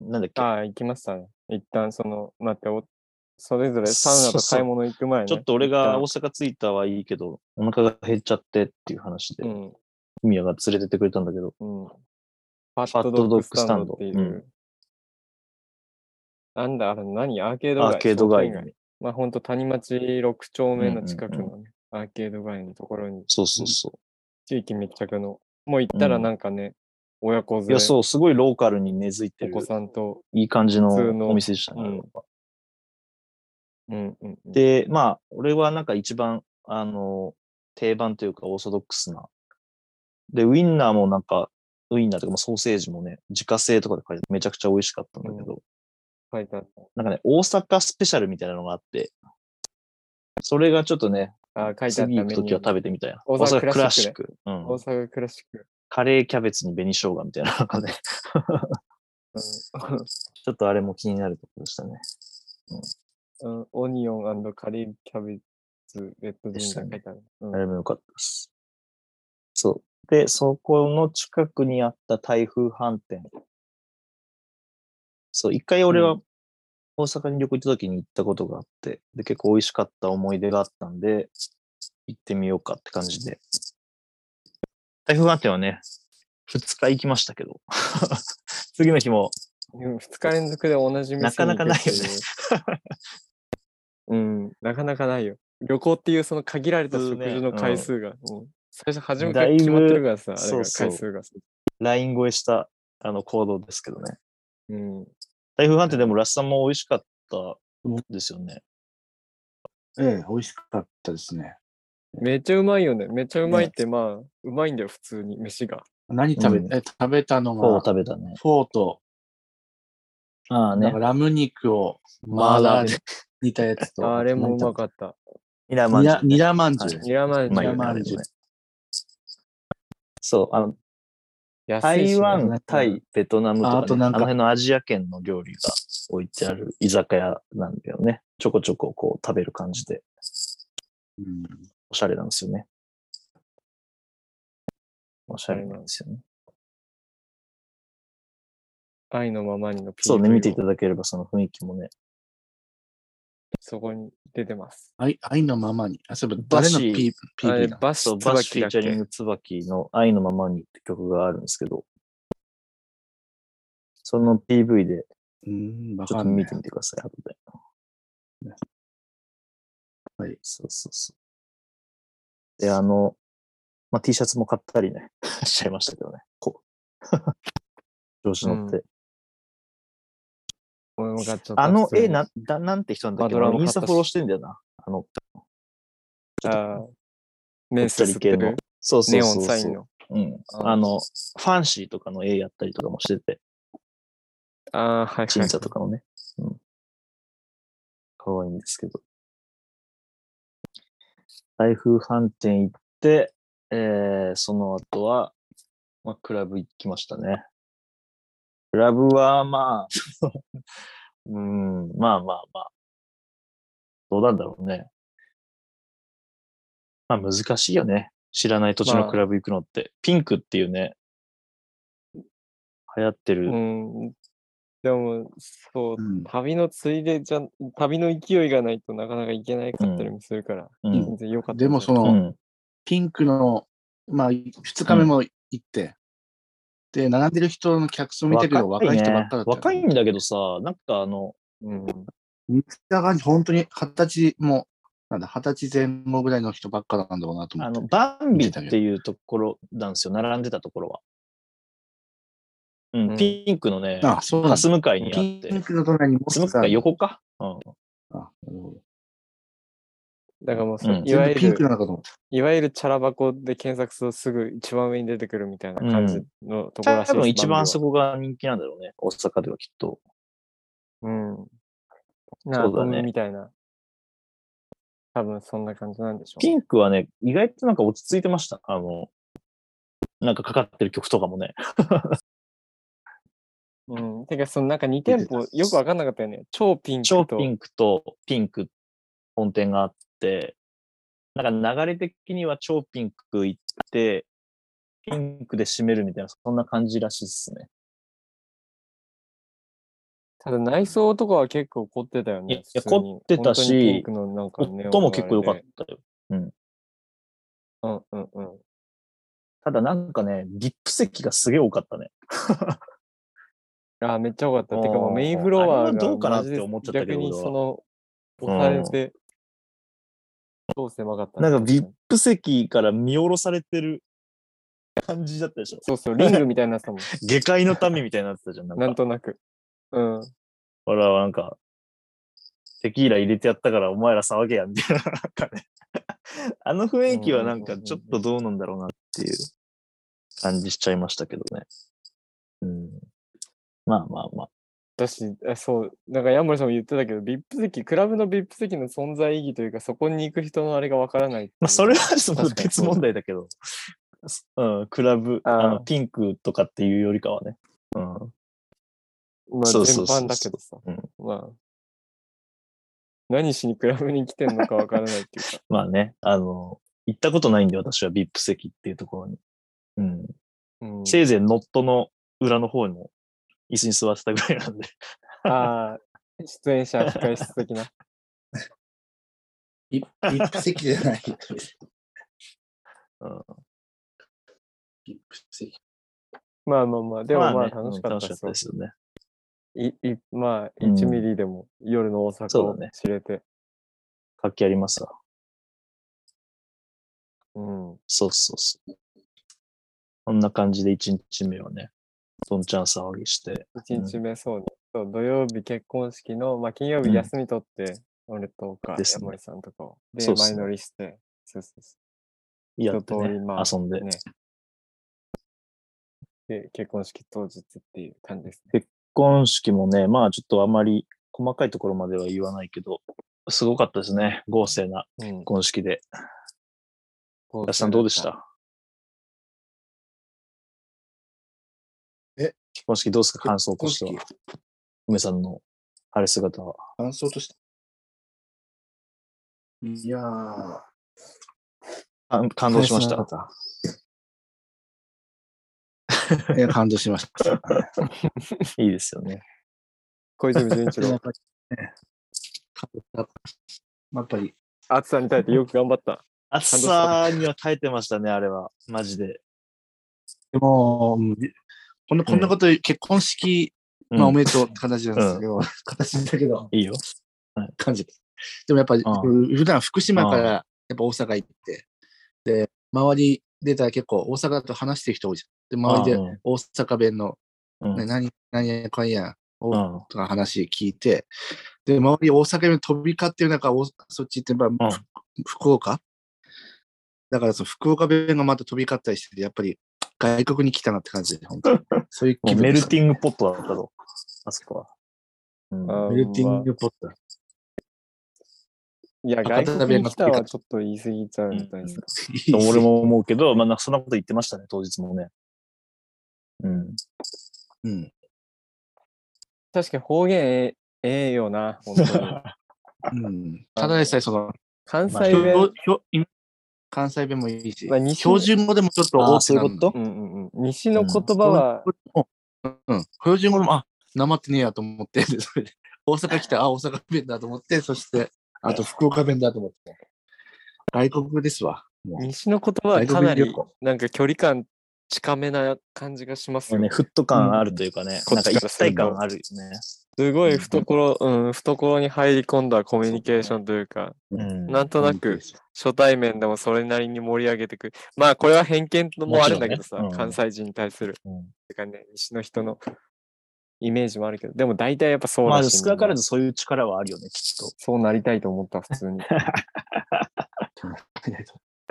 S2: なんだっけ、
S3: ああ、行きましたね。一旦その、待って、おそれぞれサウナ
S2: そ
S3: と
S2: うそう
S3: 買い物行く前に、
S2: ちょっと俺が大阪着いたはいいけど、お腹が減っちゃってっていう話で、
S3: うん、
S2: ミヤが連れてってくれたんだけど、
S3: うん。ファ
S2: ッ
S3: ッ
S2: ト
S3: ト
S2: ドッグ
S3: ドッグ
S2: ス
S3: ス
S2: タ
S3: タ
S2: ン
S3: ン
S2: ド
S3: ド
S2: っ
S3: ってて
S2: い
S3: いうう。なんだ、あれ何アーケード
S2: ア
S3: 街。
S2: ーケード街
S3: 商店
S2: に。
S3: まあ、ほんと谷町6丁目
S2: うんうんう
S3: の
S2: ん
S3: 近くのね、アーケード街のところに、
S2: そうそうそう。
S3: 地域密着の、もう行ったら
S2: うん
S3: なんかね、親子連
S2: い
S3: れ、
S2: や、そう、すごいローカルに根付いて
S3: お
S2: る
S3: 子、さんと、
S2: いい感じの
S3: 普通の
S2: お店でしたね。
S3: うんうんうんうん。
S2: で、まあ、俺はなんか一番、あの、定番というかオーソドックスな。で、ウインナーもなんか、ウインナーというかまあソーセージもね、自家製とかで書いてめちゃくちゃ美味しかったんだけど、
S3: 書いてあっ
S2: なんかね、大阪スペシャルみたいなのがあって、それがちょっとね、
S3: た。あー、書いて
S2: 次
S3: あったメ
S2: 行く
S3: ニ
S2: と
S3: ュ
S2: きは食
S3: ー。
S2: べてみたいな。
S3: 大
S2: 大
S3: 阪
S2: 阪クラシック。うん
S3: 大阪クラシック。
S2: カレーキャベツに紅生姜みたいな、なんかね、 *laughs* ちょっとあれも気になるところでしたね。 *laughs*
S3: うんうん、オニオンカレーキャベツ、レッドジンジャー書いてある。うん
S2: あれも良かったです。そう。で、そこの近くにあった台風飯店。そう、一回俺
S3: う
S2: は大阪に旅行行った時に行ったことがあって、で、結構美味しかった思い出があったんで、行ってみようかって感じで。台風飯店はね、二日行きましたけど、 *laughs* 次の日も
S3: 2日連続で同じ店に
S2: なかなかないよね
S3: 行くっていう。うん、なかなかないよ。旅行っていうその限られた
S2: 普通
S3: 食
S2: ね
S3: 事の回数が、うん最初初めか
S2: だ
S3: ら
S2: いぶ
S3: 決まってるからさ、あれ
S2: そう
S3: が
S2: そう
S3: 回数が。
S2: ライン越えしたあの行動ですけどね。
S3: うん、
S2: 台風飯店でもラスさんも美味しかったですよね。
S1: ええ、美味しかったですね。
S3: めっちゃうまいよね。めっちゃうまいって、まあ、うまいんだよ、普通に、飯が。
S1: 何食べ、
S2: うん
S1: え食べたの
S2: フォー
S1: が、
S2: 食べたね。
S1: フォーと、
S2: あ
S1: な
S2: あね
S1: んか。ラム肉をマーラーで煮たやつと、
S3: あれもうまかった。
S2: ニラまん
S1: ニ
S2: じゅ
S1: ラ
S2: うね
S1: ニラまんじゅう。
S3: ニラまん
S2: うまいよね
S3: じゅう
S1: ニラまん
S2: あれ
S1: じゅう
S2: もねそう、あの、
S3: 安いし
S2: 台
S3: ね
S2: 湾、タ
S1: う
S2: イ、ベトナムとか,、ね、
S1: ああとなんか
S2: あの辺のアジア圏の料理が置いてある居酒屋なんだよね。ちょこちょここう食べる感じで、
S1: うん
S2: おしゃれなんですよね。おしゃれなんですよね。
S3: 愛のままにの PV
S2: そうね、見ていた
S3: を
S2: だければその雰囲気もね。
S3: そこに出てます。
S1: 愛愛のままに。あ、そういえば誰の
S2: バシ
S1: P-
S3: あれ
S1: PV だ
S3: バス
S2: そう、
S3: 椿
S2: バスフィ
S3: だ
S2: ー
S3: っ
S2: チャリン
S3: け
S2: グ椿の愛のままにって曲があるんですけど、その PV で
S1: うん、わ
S2: ちょっ
S1: か
S2: と
S1: んな
S2: 見
S1: い
S2: て。みてください、後で。
S1: はい。
S2: そうそうそう。で、あの、まあ、T シャツも買ったりね、 *laughs* しちゃいましたけどね。こう。 *laughs* 調子乗って。
S3: 俺も買っちゃった
S2: あの
S3: 普通
S2: 絵
S3: に
S2: な、だなんて人なんだっけ
S3: マドラーも
S2: 俺インスタ
S3: 買っ
S2: フ
S3: たし
S2: ォローしてんだよな。あの、ちょっと
S3: ああ、メ
S2: ぽっちゃ
S3: ンス
S2: り
S3: 吸って
S2: 系の
S3: る。
S2: そうそ
S3: ネ
S2: う
S3: オ
S2: そ
S3: ン
S2: う
S3: サイ
S2: そ
S3: ン
S2: う。
S3: の。
S2: うん。
S3: あー
S2: あの、ファンシーとかの絵やったりとかもしてて、
S3: ああ、はい、はい
S2: 鎮座
S3: は
S2: とかのね。うん。可愛いんですけど。台風飯店行って、えー、その後は、まあ、クラブ行きましたね。クラブは、まあ、 *laughs* うん、まあまあまあ。どうなんだろうね。まあ難しいよね。知らない土地
S3: ま
S2: の
S3: あ
S2: クラブ行くのって。ピンクっていうね、流行って
S3: い。
S2: る
S3: うん。でも、そう、
S1: うん
S3: 旅のついでじゃ、旅の勢いがないとなかなか行けないかったりもするから、
S2: う
S3: 全
S2: ん。
S3: 然良かった
S1: でも
S3: す
S1: その、ピンクの、まあ、2日目も行って、で、並んでる人の客層見てるけど、若い人ばっかだったよね。
S2: 若いんだけどさ、なんかあの、
S3: うん、
S1: 見た感じ、本当に二十歳も、なんだ、二十歳前後ぐらいの人ばっかなんだろうなと思
S2: あ
S1: って。
S2: の、バンビっていうところなんですよ、並んでたところは。う、
S3: うんん
S2: ピンクのね、
S1: あそうなんだ
S2: かすむ会にあ
S1: ピ
S2: って
S1: ン、クの隣にも
S2: かすむ
S1: あ
S2: 会
S1: る
S2: 横か。うん。
S1: あなるほど
S3: だからもうそう、
S2: うん
S3: いわ
S1: 全
S3: ゆ
S1: 部ピンク
S3: る、
S1: なのかと
S2: *laughs*
S1: 思った。
S3: いわゆるチャラ箱で検索するとすぐ一番上に出てくるみたいな感じのところらしい
S2: 多分一番そ
S3: そ
S2: こが人気なんだろうね、大阪ではきっと。
S3: うん。
S2: だ
S3: な
S2: ね
S3: んかみたいな。多分そんな感じなんでしょう。
S2: ピンクはね、意外となんか落ち着いてました。あの、なんかかかってる曲とかもね。
S3: うん。てか、そのなんか2店舗よくわかんなかったよね。超ピンク
S2: 超
S3: と。
S2: ピンクとピンク本店があって、なんか流れ的には超ピンク行って、ピンクで締めるみたいな、そんな感じらしいっすね。
S3: ただ内装とかは結構凝ってたよ
S2: いや
S3: ね。
S2: いや
S3: 普通に
S2: 凝ってたし
S3: 本当にピンクのなんかネオン
S2: 音も結構良かっ
S3: が
S2: たよ。
S3: あれで。うんうんうん。
S2: ただなんかね、ギップ席がすげえ多かったね。
S3: あーめっちゃ良かった。てか、
S2: うん
S3: メインフロア
S2: あれ
S3: が
S2: はどうかな
S3: マジで
S2: って思っちゃったけど
S3: 逆に
S2: 俺は
S3: その、
S2: うん
S3: 押されて、どう狭かった
S2: なんか VIP 席から見下ろされてる感じだったでしょ。
S3: そうそう、リングみたいになって
S2: *laughs*
S3: たもん。
S2: 下界の民みたいになってたじゃん。なんか
S3: なんとなく。うん。
S2: 俺はなんか、テキーラ入れてやったからお前ら騒げや、みたいな。なんかね *laughs* あの雰囲気はなんかちょっとどうなんだろうなっていう感じしちゃいましたけどね。うん。まあまあまあ。
S3: だし、あそう、なんかヤンモリさんも言ってたけど、VIP 席、クラブの VIP 席の存在意義というか、そこに行く人のあれがわからないっていう。
S2: まあそれはその
S3: 確かに
S2: 別問題だけど、うん、クラブ、
S3: あー
S2: あの、ピンクとかっていうよりかはね。うん。
S3: まあ
S2: そうそ
S3: 全
S2: うそうそう
S3: 般だけどさ。
S2: うん
S3: まあ。何しにクラブに来てんのかわからないっていうか。
S2: まあね、あの、行ったことないんで私は VIP 席っていうところに。うん。 *laughs*
S3: うん、
S2: せいぜいノットの裏の方の椅子に座ってたぐらいなんで。
S3: ああ、出演者控室的な。
S1: リリップ席じゃない。
S2: うん
S1: リップ席。
S3: まあまあまあ、でもまあ
S2: ね
S3: 楽しかった
S2: うん楽し
S3: で
S2: かっ
S3: す
S2: た
S3: よ
S2: で。すよね。
S3: いいまあ、
S2: うん
S3: 1ミリでも夜の大阪
S2: そう
S3: を
S2: だね
S3: 知れて。
S2: 活気ありますわ。
S3: うん。
S2: そうそうそう。こんな感じで1日目はね、どんちゃん騒ぎして。
S3: 1日目そうね。そう土曜日結婚式の、まあ金曜
S2: う
S3: 日
S2: ん
S3: 休み取って、俺とか
S2: ですね
S3: 山井さんとかを。で、
S2: そうっ
S3: 前
S2: すね
S3: 乗りして、そうそうそ
S2: やって、
S3: 一通り
S2: ね
S3: まあ、
S2: 遊んで
S3: う。。ね。で、結婚式当日っていう感じですね。
S2: 結婚式もね、まあちょっとあまり細かいところまでは言わないけど、すごかったですね。豪勢な
S3: うん
S2: 結。婚式で。安田さんどうでした
S1: え
S2: 結婚式どうですか感想としては
S1: 結。
S2: 梅さんの晴れ姿は。
S1: 感想として。いやー。
S2: あ感動しまし
S1: 感動
S2: た。
S1: なかった。いや、感動しました。
S2: いいですよね。
S3: 小泉純一
S1: や
S3: 郎
S2: *laughs*
S1: っ。ぱりねやっぱり、
S3: 暑さに耐えてよく頑張った。
S2: 暑さには耐えてましたね、あれは。マジで。
S1: でも、うんこんなこんなこと、結婚式、まあ、おめでとうって形なんですけど、形だけど、
S2: いいよ。
S1: 感じ。でもやっぱり、
S2: ああ
S1: 普段福島からやっぱ大阪行って、で、周り出たら結構大阪だと話してる人多いじゃん。で、周りで
S2: あ
S1: 大阪弁の、
S2: うん
S1: ね、何、何やかんや、
S2: う
S1: お
S2: んうん
S1: とか話聞いて、で、周り大阪弁飛び交ってる中、おそっち行って、まあ
S2: うん
S1: ふ福岡だからその福岡弁がまた飛び交ったりしてて、やっぱり外国に来たなって感じで、本
S2: *laughs*
S1: 当にそういう
S2: も
S1: 気
S2: う
S1: 分
S2: メ
S1: で
S2: ル
S1: した
S2: ティングポットだったぞ。あそこは。うん
S3: あ
S1: メルティングポット。
S3: いや、
S1: 博
S3: 外
S1: 多
S3: 国
S1: 弁
S3: に
S1: が
S3: 来たはちょっと言い過ぎちゃうんじゃないですか。
S2: 俺も思うけど、まあ、なんかそんなこと言ってましたね、当日もね。うん。
S1: うん。
S3: 確かに方言えええよな、本
S2: *laughs*
S3: 当に。
S1: うん。ただでさえその、
S3: 関西
S2: まあ
S3: 弁、
S1: 標標今関西弁もいいし、
S3: まあ西
S1: 標準語でもちょっと
S2: あ
S1: 大
S2: あ、そういうこと
S3: うんうんうん、西の言葉
S1: と
S3: は、
S1: うん、標準語でも、あ、なまってねえやと思って、 *laughs* でそれで大阪来た、あ、大阪弁だと思って、そして、あと福岡弁だと思って。外国ですわ。もう
S3: 西の言葉はか
S1: 外
S3: な
S1: 国
S3: り
S1: 旅行
S3: なんか距離感近めな感じがします
S2: まあ
S3: よ
S2: ね、
S3: ね。
S2: フット感あるというかね、
S3: うん
S2: なんか一体感あるよね。
S3: すご
S1: う
S3: い
S1: ん
S3: 懐、うん、懐に入り込んだコミュニケーションというか、
S2: うん
S3: なんとなく初対面でもそれなりに盛り上げてくる。まあこれは偏見もあるんだけどさ、
S2: もちろんねうん
S3: 関西人に対する、
S2: うん
S3: てかね、西の人のイメージもあるけど、でも大体やっぱそう
S2: ま
S3: ら
S2: あ
S3: しいん
S2: 少
S3: だ
S2: な
S3: よね
S2: からずそういう力はあるよね、きっと。
S3: そうなりたいと思った、普
S2: *laughs*
S3: 通に。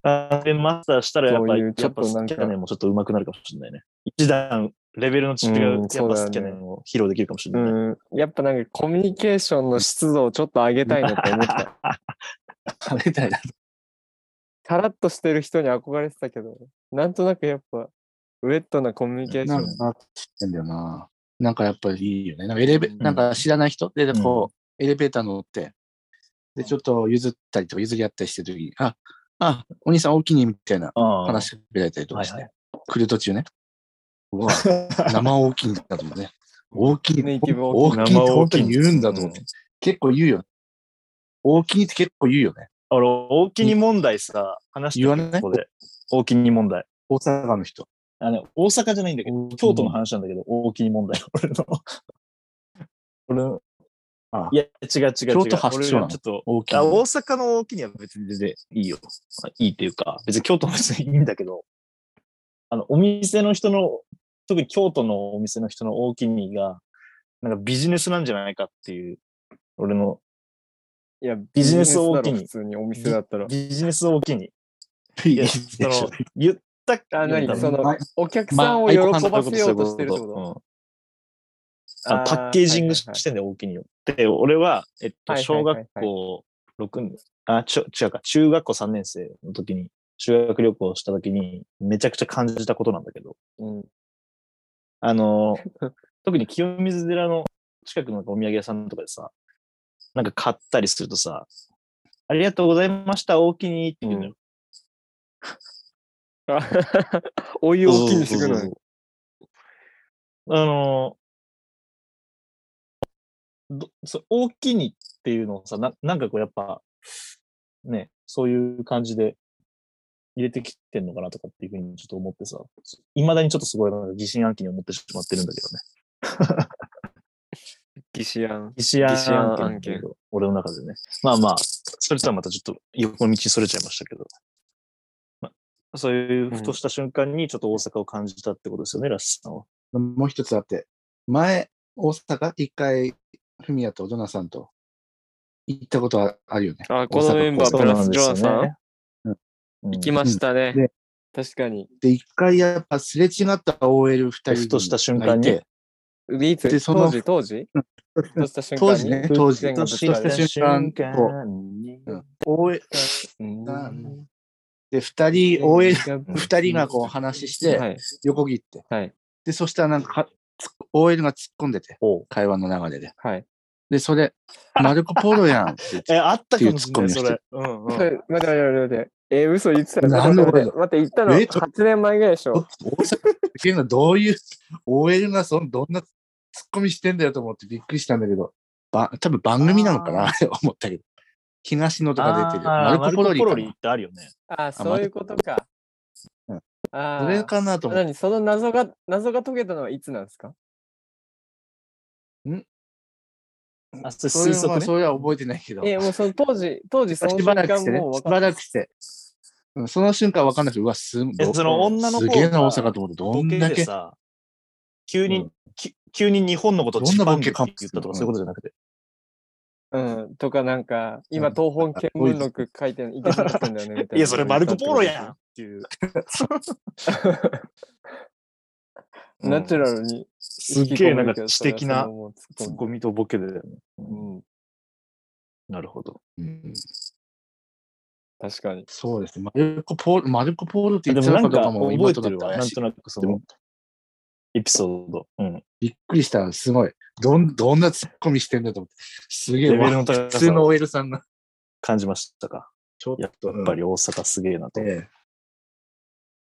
S2: 完全マスターしたらやっぱ
S3: そう
S2: り、
S3: いうち
S2: や
S3: ょ
S2: っ
S3: っと
S2: ぱス
S3: なんか
S2: キャネンもちょっと上手くなるかもしれないね。一段、レベルの違う、
S3: うん
S2: や
S3: そ
S2: っ
S3: う
S2: ぱ
S3: だよ
S2: ス
S3: ね
S2: キャネンを披露できるかもしれない。
S3: うん、やっぱなんかコミュニケーションの湿度をちょっと上げたいなと
S2: *laughs*
S3: 思った。
S1: 食べたいな。
S3: さらっとしてる人に憧れてたけど、なんとなくやっぱ、ウェットなコミュニケーショ
S1: な
S3: ン
S1: ん。かなってんだよな。なんかやっぱりいいよね。なんかエレベ、
S3: うん
S1: なんか知らない人で、こう、エレベーター乗って、で、ちょっと譲ったりとか、譲り合ったりしてる時に、あ、あ、お兄さん大きにみたいな
S2: ああ
S1: 話しかけられたりとか
S2: はい
S1: して、
S2: はい。
S1: 来る途中ね。うわ、生大きいんだと思ってね。大きい、
S3: ネ
S1: 大
S3: イテ
S1: き
S3: ィ
S1: い、
S3: ブ大
S1: 大き
S3: き
S2: い
S1: いって本当に言うんだと思って。
S2: うん
S1: 結構言うよ。大きいって結構言うよね。
S2: 俺、大きに問題さ、話して
S1: 言わない
S2: ここで。大きに問題。
S1: 大阪の人。
S2: あの、大阪じゃないんだけど、京都の話なんだけど、大きに問題。 *laughs* 俺の。俺の
S1: ああ
S2: いや、違う違う違う。
S1: 京都発祥なの
S2: 俺らちょっと、
S1: 大きい。
S2: あ大阪の大きには別に全然いいよ。いいっていうか、別に京都も別にいいんだけど、あの、お店の人の、特に京都のお店の人の大きにが、なんかビジネスなんじゃないかっていう、俺の
S3: いや、
S2: ビジネス大き
S3: ビジネスだろ
S2: に
S3: 普通にお店だったら。
S2: *laughs* ビジネス大きに。
S1: いい
S2: いや
S1: で
S2: そ
S1: しょ
S2: の、言った
S3: あ、なに
S2: 言った
S3: その
S1: ま、
S3: お客さんを喜ばせようとしてるってこと
S2: うんあパッケージングしてんだよ、大きによ。で、俺は、えっと、
S3: はいはい
S2: 小
S3: はいはい
S2: 学校6年、あ、ちょ、違うか、中学校3年生の時に、修学旅行した時に、めちゃくちゃ感じたことなんだけど、
S3: うん。
S2: あの、 *laughs* 特に清水寺の近くのお土産屋さんとかでさ、なんか買ったりするとさ、ありがとうございました、大きにって言うのよ。
S3: お湯を大きにしてくるの
S2: そうそう
S3: に。
S2: あのーどそ大きにっていうのをさな、なんかこうやっぱ、ね、そういう感じで入れてきてんのかなとかっていうふうにちょっと思ってさ、いまだにちょっとすごいなんか疑心暗鬼に思ってしまってるんだけどね。
S3: 疑似案。
S2: 疑心暗
S3: 疑心暗
S2: 鬼
S3: 鬼
S2: なんだけど俺の中でね。まあまあ、それとはまたちょっと横道にそれちゃいましたけど。まあ、そういうふとした瞬間にちょっと大阪を感じたってことですよね、ラッシュさんは。
S1: もう一つあって、前、大阪、一回、フミヤとジョナさんと行ったことはあるよね。
S3: あ、このメンバー
S2: そ
S3: プ
S2: う
S3: ラ
S2: なん
S3: ス
S2: です
S3: ジョ
S2: よ
S3: アさん
S2: ね。うん
S3: 行きました
S1: うん
S3: ね
S1: で。
S3: 確かに。
S1: で、一回やっぱすれ違った OL 二人
S2: ふとした瞬間に
S1: がいて
S3: いつ
S1: でその
S3: 当時当時とした瞬
S1: 当
S3: 間
S1: 時
S3: に
S1: ね、
S2: に
S1: 当時
S3: 突然。がぶつ
S2: ふ
S3: か
S2: と
S3: る
S2: した瞬間
S1: こ
S2: に。
S1: うん OL
S3: うん
S1: なんで、二人、OL 二人がこう話して、
S3: はい。
S1: 横切って。
S3: はい。
S1: で、そしたらなんかか、つっ OL が突っ込んでて、
S2: おう
S1: 会話の流れで。
S3: はい。
S1: で、それ、マルコ・ポロやんって言って。
S2: *laughs* え、あったかも
S1: っ
S2: し
S1: い
S2: てれ
S1: うツッコミ
S2: ない、そ
S1: をして
S2: れ。うんうん
S3: 待って待って待って待って。えー、嘘言ってたら
S1: なん
S3: 待
S1: で
S3: って
S1: 俺
S3: 待って待って、言ったの
S1: えーちょ
S3: 8年前ぐらいでしょ。
S1: 大阪っていうのはどういう、OL がそのどんな突っ込みしてんだよと思ってびっくりしたんだけど、ば多分番組なのかなって思ったけど。東野とか出てる。
S2: あ
S1: マ
S2: ー
S1: ルコ・ポロリかな
S2: マルコってあるよね。
S3: あー、そういうことか。
S1: うん
S3: あ
S1: それかなと思って。
S3: 何その謎が、謎が解けたのはいつなんですか
S2: あ、それ
S1: それは
S2: 推
S1: まあ
S2: 測ね。
S1: それは覚えてないけど。
S3: えー、もうその
S2: *laughs*
S3: 当時、当時その
S1: し
S3: 瞬
S1: ばらくし
S3: 間
S1: てね
S3: もう、
S1: しば
S3: 分かっ
S1: らくして。うんその瞬間わかんなくて、うわ、すん
S2: え、その女の
S1: す
S2: 子
S1: げえな、大阪
S2: が
S1: と思って、ど
S2: ボ
S1: ん
S2: ケ
S1: だ
S2: で
S1: け、
S2: さ、急
S1: う
S2: に、き急に日本のこと
S1: どんな
S2: ジパン
S1: ボ
S2: グ
S1: ケ
S2: って
S1: か
S2: 言ったとかそういうことじゃなくて。
S3: うん、とかなんか、今
S1: うん
S3: 東本見聞録書いていけなかったんだよね、みたいな。
S2: いや、それマルコ・ポロやんって
S3: *laughs*
S2: いう。うん
S3: ナチュラルに。
S2: すっげえなんか
S3: 引き込むけど
S2: 知的な
S3: それはもう突っ込
S2: ツ
S3: む
S2: ッコミとボケだよね。
S3: うん、
S2: なるほど。
S1: うん
S3: 確かに。
S1: そうですね。マルコ・ポール、マルコ・ポールって
S2: で
S1: 言っ
S2: も
S1: て
S2: な
S1: たのかと
S2: んか
S1: かも今
S2: 覚
S1: と
S2: えて
S1: だっ
S2: る
S1: た
S2: わ。
S1: ら
S2: な
S1: 怪
S2: ん
S1: しい
S2: となくそ
S1: で
S2: の
S1: も
S2: エピソード。うん。
S1: びっくりした。すごい。どん、どんなツッコミしてんだと思って。すげえ、
S2: レベルの高さ
S1: 普通の OL さんが。
S2: 感じましたか。
S1: ちょ
S2: やっぱり大阪すげえなと。
S1: ええ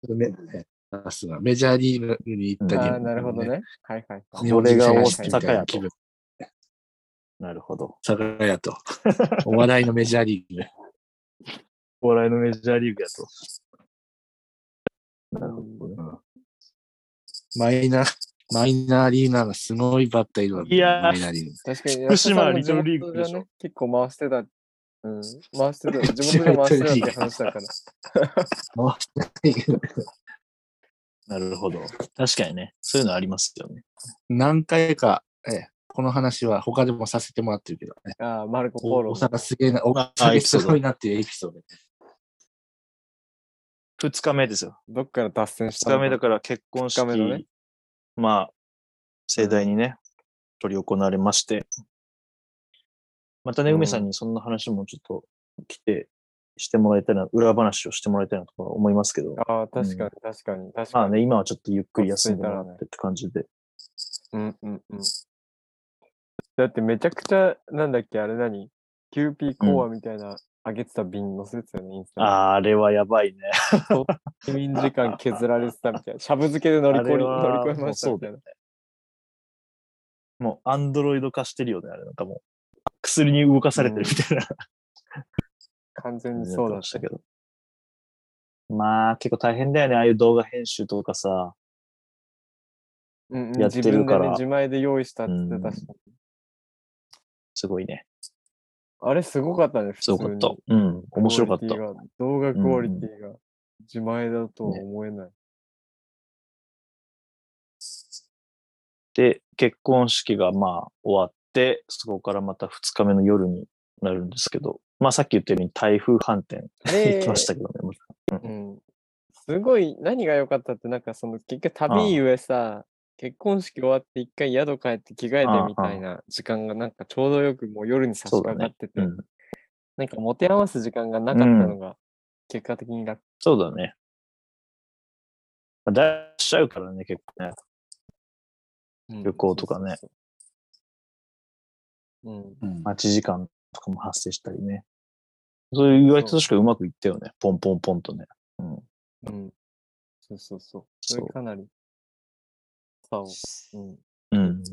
S1: ちょっとね、ええさすが。メジャーリーグに行ったり、
S3: ああ、なるほど。ね。はいはい。
S1: 日本人選手みたいな気分。
S2: なるほど。
S1: 酒屋と。お笑いのメジャーリーグ。
S2: お笑いのメジャーリーグやと。なるほどね。
S1: マイナー、マイナーリーナーがすごいバッターいるわ。
S2: いやー
S1: マイナーリーナ
S3: 確かに、
S2: 福島
S3: 安田さんの地元
S2: リトルリーグでし
S3: が
S2: ょ
S3: ね、結構回してた。うん、回
S2: *laughs*
S3: してた。自分で回してたって話だから。
S1: ー *laughs* 回してないけど。
S2: なるほど。確かにね。そういうのありますよね。
S1: 何回か、ええ、この話は他でもさせてもらってるけどね。
S3: ああ、マルコ・ポー
S1: お
S3: ロ
S1: お。皿すげえな、お
S2: あエ
S1: 皿
S2: ピソー
S1: す
S2: ド
S1: ごいなっていうエピソード。
S2: 二日目ですよ。
S3: どっから脱線した
S2: 二日目だ
S3: か
S2: から結婚式、
S3: 二日目のね
S2: まあ、盛大にね、執り行われまして、またね、
S3: うん
S2: 梅さんにそんな話もちょっと来て、してもらいたいな、裏話をしてもらいたいなとか思いますけど、
S3: ああ、確かに、確かに、確
S2: ま
S3: か
S2: あ
S3: に。
S2: ね、今はちょっとゆっくり休んでもらってって感じで。
S3: うんうんうん。だってめちゃくちゃ、なんだっけ、あれ何キューピーコアみたいな、あげてた瓶載せてたよね、インスタに。
S2: あーあれはやばいね。
S3: 睡眠時間削られてたみたいな。しゃぶ漬けで乗り越
S2: *laughs*
S3: え
S2: あれは
S3: 乗り越えました
S2: もうそうだ
S3: みたい
S2: よ
S3: な
S2: ね。。もう、アンドロイド化してるよね、あれなんかもう。薬に動かされてるみたいな
S3: 完全
S2: 感
S3: に
S2: じに
S3: そ
S2: なって
S3: うだっ
S2: ました
S3: た。
S2: けど。まあ、結構大変だよね、ああいう動画編集とかさ。
S3: うんうん
S2: やってるから
S3: 自分でね、自前で用意したって言ってたし。
S2: すごいね。
S3: あれすごかったね、普
S2: す
S3: 通
S2: ご
S3: に。
S2: かった。うん、面白かった。
S3: クオリティが。動画クオリティが自前だとは思えない。
S2: で、結婚式がまあ終わって、そこからまた2日目の夜になるんですけど、まあさっき言ったように台風反転
S3: あ
S2: 行
S3: れ
S2: きましたけどね。 *laughs* また
S3: うんすごい、何が良かったって、なんかその結局旅ゆえさ、結婚式終わって一回宿帰って着替えてみたいな時間がなんかちょうどよくもう夜に差し
S2: そうだ
S3: 掛
S2: ね
S3: かってて、
S2: うん、
S3: なんか持て合わす時間がなかったのが結果的に楽。
S2: そうだね。まあ、出しちゃうからね、結構ね。
S3: うん
S2: 旅行とかね。
S3: そうそうそ
S1: う
S3: う
S1: ん
S2: 待ち時間とかも発生したりね。そういう意外と確かうまくいったよね。ポンポンポンとね。うん。
S3: うん。うん。そうそうそう。そ
S2: そ
S3: れ
S2: う
S3: かなり。さを、うん。
S2: うん、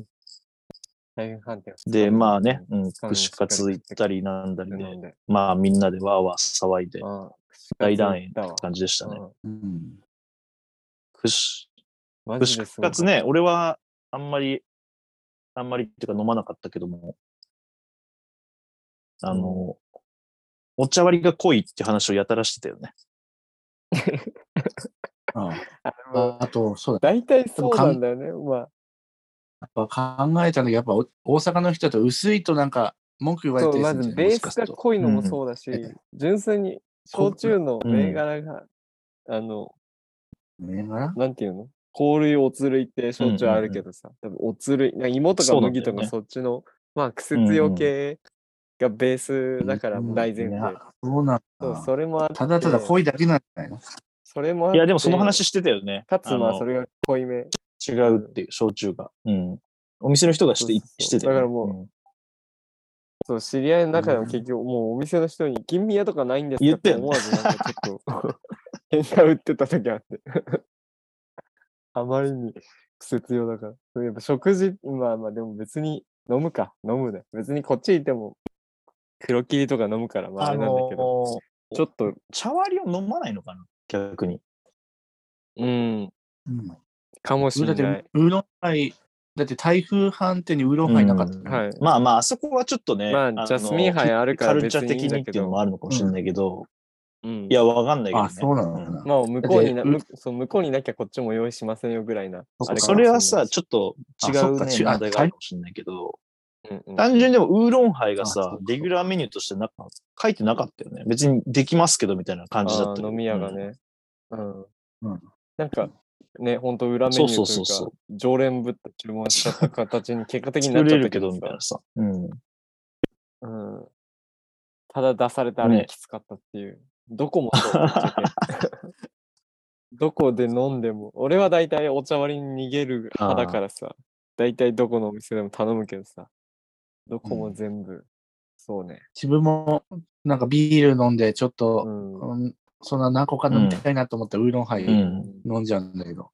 S3: 大変判定を
S2: で、まあね、
S3: う
S2: うんん、串カツ行ったりなんだり
S3: 飲
S2: で、
S3: んで。
S2: まあみんなでわーわー騒いで、
S3: ああ
S2: 大団円って
S3: だわ。
S2: 感じでしたね。
S3: う
S1: う
S3: ん
S1: ん
S2: 串
S3: マジ
S2: 串
S3: ですご
S2: カツ
S3: い。
S2: ね、俺はあんまり、あんまりっていうか飲まなかったけども、あの、お茶割りが濃いって話をやたらしてたよね。
S1: あ
S3: あ
S1: ああと、そうだ。
S3: 大体そうなんだよね。まあ、
S1: やっぱ考えたのが、やっぱお大阪の人だと薄いとなんか文句言われ
S3: そ
S1: た
S3: う、
S1: りす
S3: ま
S1: るんじ
S3: ず
S1: ゃな
S3: ベ
S1: いで
S3: ー
S1: すか。
S3: スが濃いのもそうだし、純粋に焼酎の
S2: うん
S3: 銘柄が、あの、
S1: 銘柄
S3: なんていうの香類、おつ類って焼酎あるけどさ、多分おつ類、なんか芋とか
S2: そうなんだ
S3: 麦
S2: よね
S3: とかそっちの、まあ、癖強系がベースだから大前提。
S1: うんいやそうなん
S3: そう、
S1: だ。
S3: それもあって、
S1: ただただ濃いだけなんじゃないの
S3: それもあって
S2: いや、でもその話してたよね。
S3: かつ、ま
S2: あ
S3: あ、
S2: の
S3: それが濃いめ。
S2: 違うっていう、焼酎が。うん。お店の人がしてい
S3: そうそうそう
S2: してたよね
S3: だからもそう、知り合いの中でも結局、もうお店の人に、金宮とかないんですか
S2: 言った
S3: て
S2: よね
S3: 思わず、なんかちょっと、 *laughs* 変嘩売ってた時あって。 *laughs* あまりに癖強だから。そうやっぱ食事、まあまあ、でも別に飲むか、飲むね。別にこっちいても、黒霧とか飲むから、まああれなんだけど、
S2: のー
S3: ちょっと、
S2: 茶割りを飲まないのかな逆に。
S3: うん、
S1: うん
S3: かもし
S1: だ
S3: れ
S1: って
S3: ない。
S1: ウーロンハイ、だって台風反転にウーロンハイなかった
S2: うん
S1: の。
S3: はい。
S2: まあまあ、あそこはちょっとね、
S3: まあ
S2: の
S3: ジャスミン杯あるか
S2: カ
S3: ら
S2: ルチャー
S3: 別にい
S2: 的
S3: いんだ
S2: にっ
S3: けど
S2: ていうのもあるのかもしれないけど、
S3: うん
S2: い、や、わかんないけど、ね。
S1: あ、そうなのかな。
S3: まあ、向こうにな、
S1: だって
S3: むそう向こうになきゃこっちも用意しませんよぐらいな。
S2: そ
S3: あ
S2: う
S3: か
S2: そ
S3: も
S2: れ
S3: し
S2: は
S3: ない
S2: さ、
S3: し
S2: ちょっと違
S1: あそう
S2: う
S1: か
S2: ね
S1: 違う
S2: 問題があるかもしれないけど、
S3: うんうん
S2: 単純にでもウーロンハイが
S1: あそ
S2: さ
S1: う、か
S2: レギュラーメニューとしてなか書いてなかったよね。別にできますけどみたいな感じだった
S3: あ
S2: け
S3: ー
S2: ど。
S3: 飲み屋が
S2: うん
S3: ね。うん。
S1: うん
S3: なんか、ね、ほんと裏メニューと
S2: そうそ
S3: いう
S2: うそうそ
S3: うか、常連ぶって注文しちゃった形に結果的にな
S2: 作
S3: っちゃ
S2: れ
S3: った
S2: るけどみたいなさ。うん。
S3: さうん。ただ出されたあれ
S2: ね
S3: がきつかったっていう。どこもそう。ぶっちゃ
S2: *laughs*
S3: けどこで飲んでも、俺は大体お茶割りに逃げる派だからさ、大体どこのお店でも頼むけどさ、どこも全部、そうね。
S1: 自分もなんかビール飲んで、ちょっ
S3: う
S1: と、
S3: ん。
S1: うんそんな何個か飲みたいなと思ったらウーロンハイ
S2: うん。
S1: 飲んじゃうんだけど、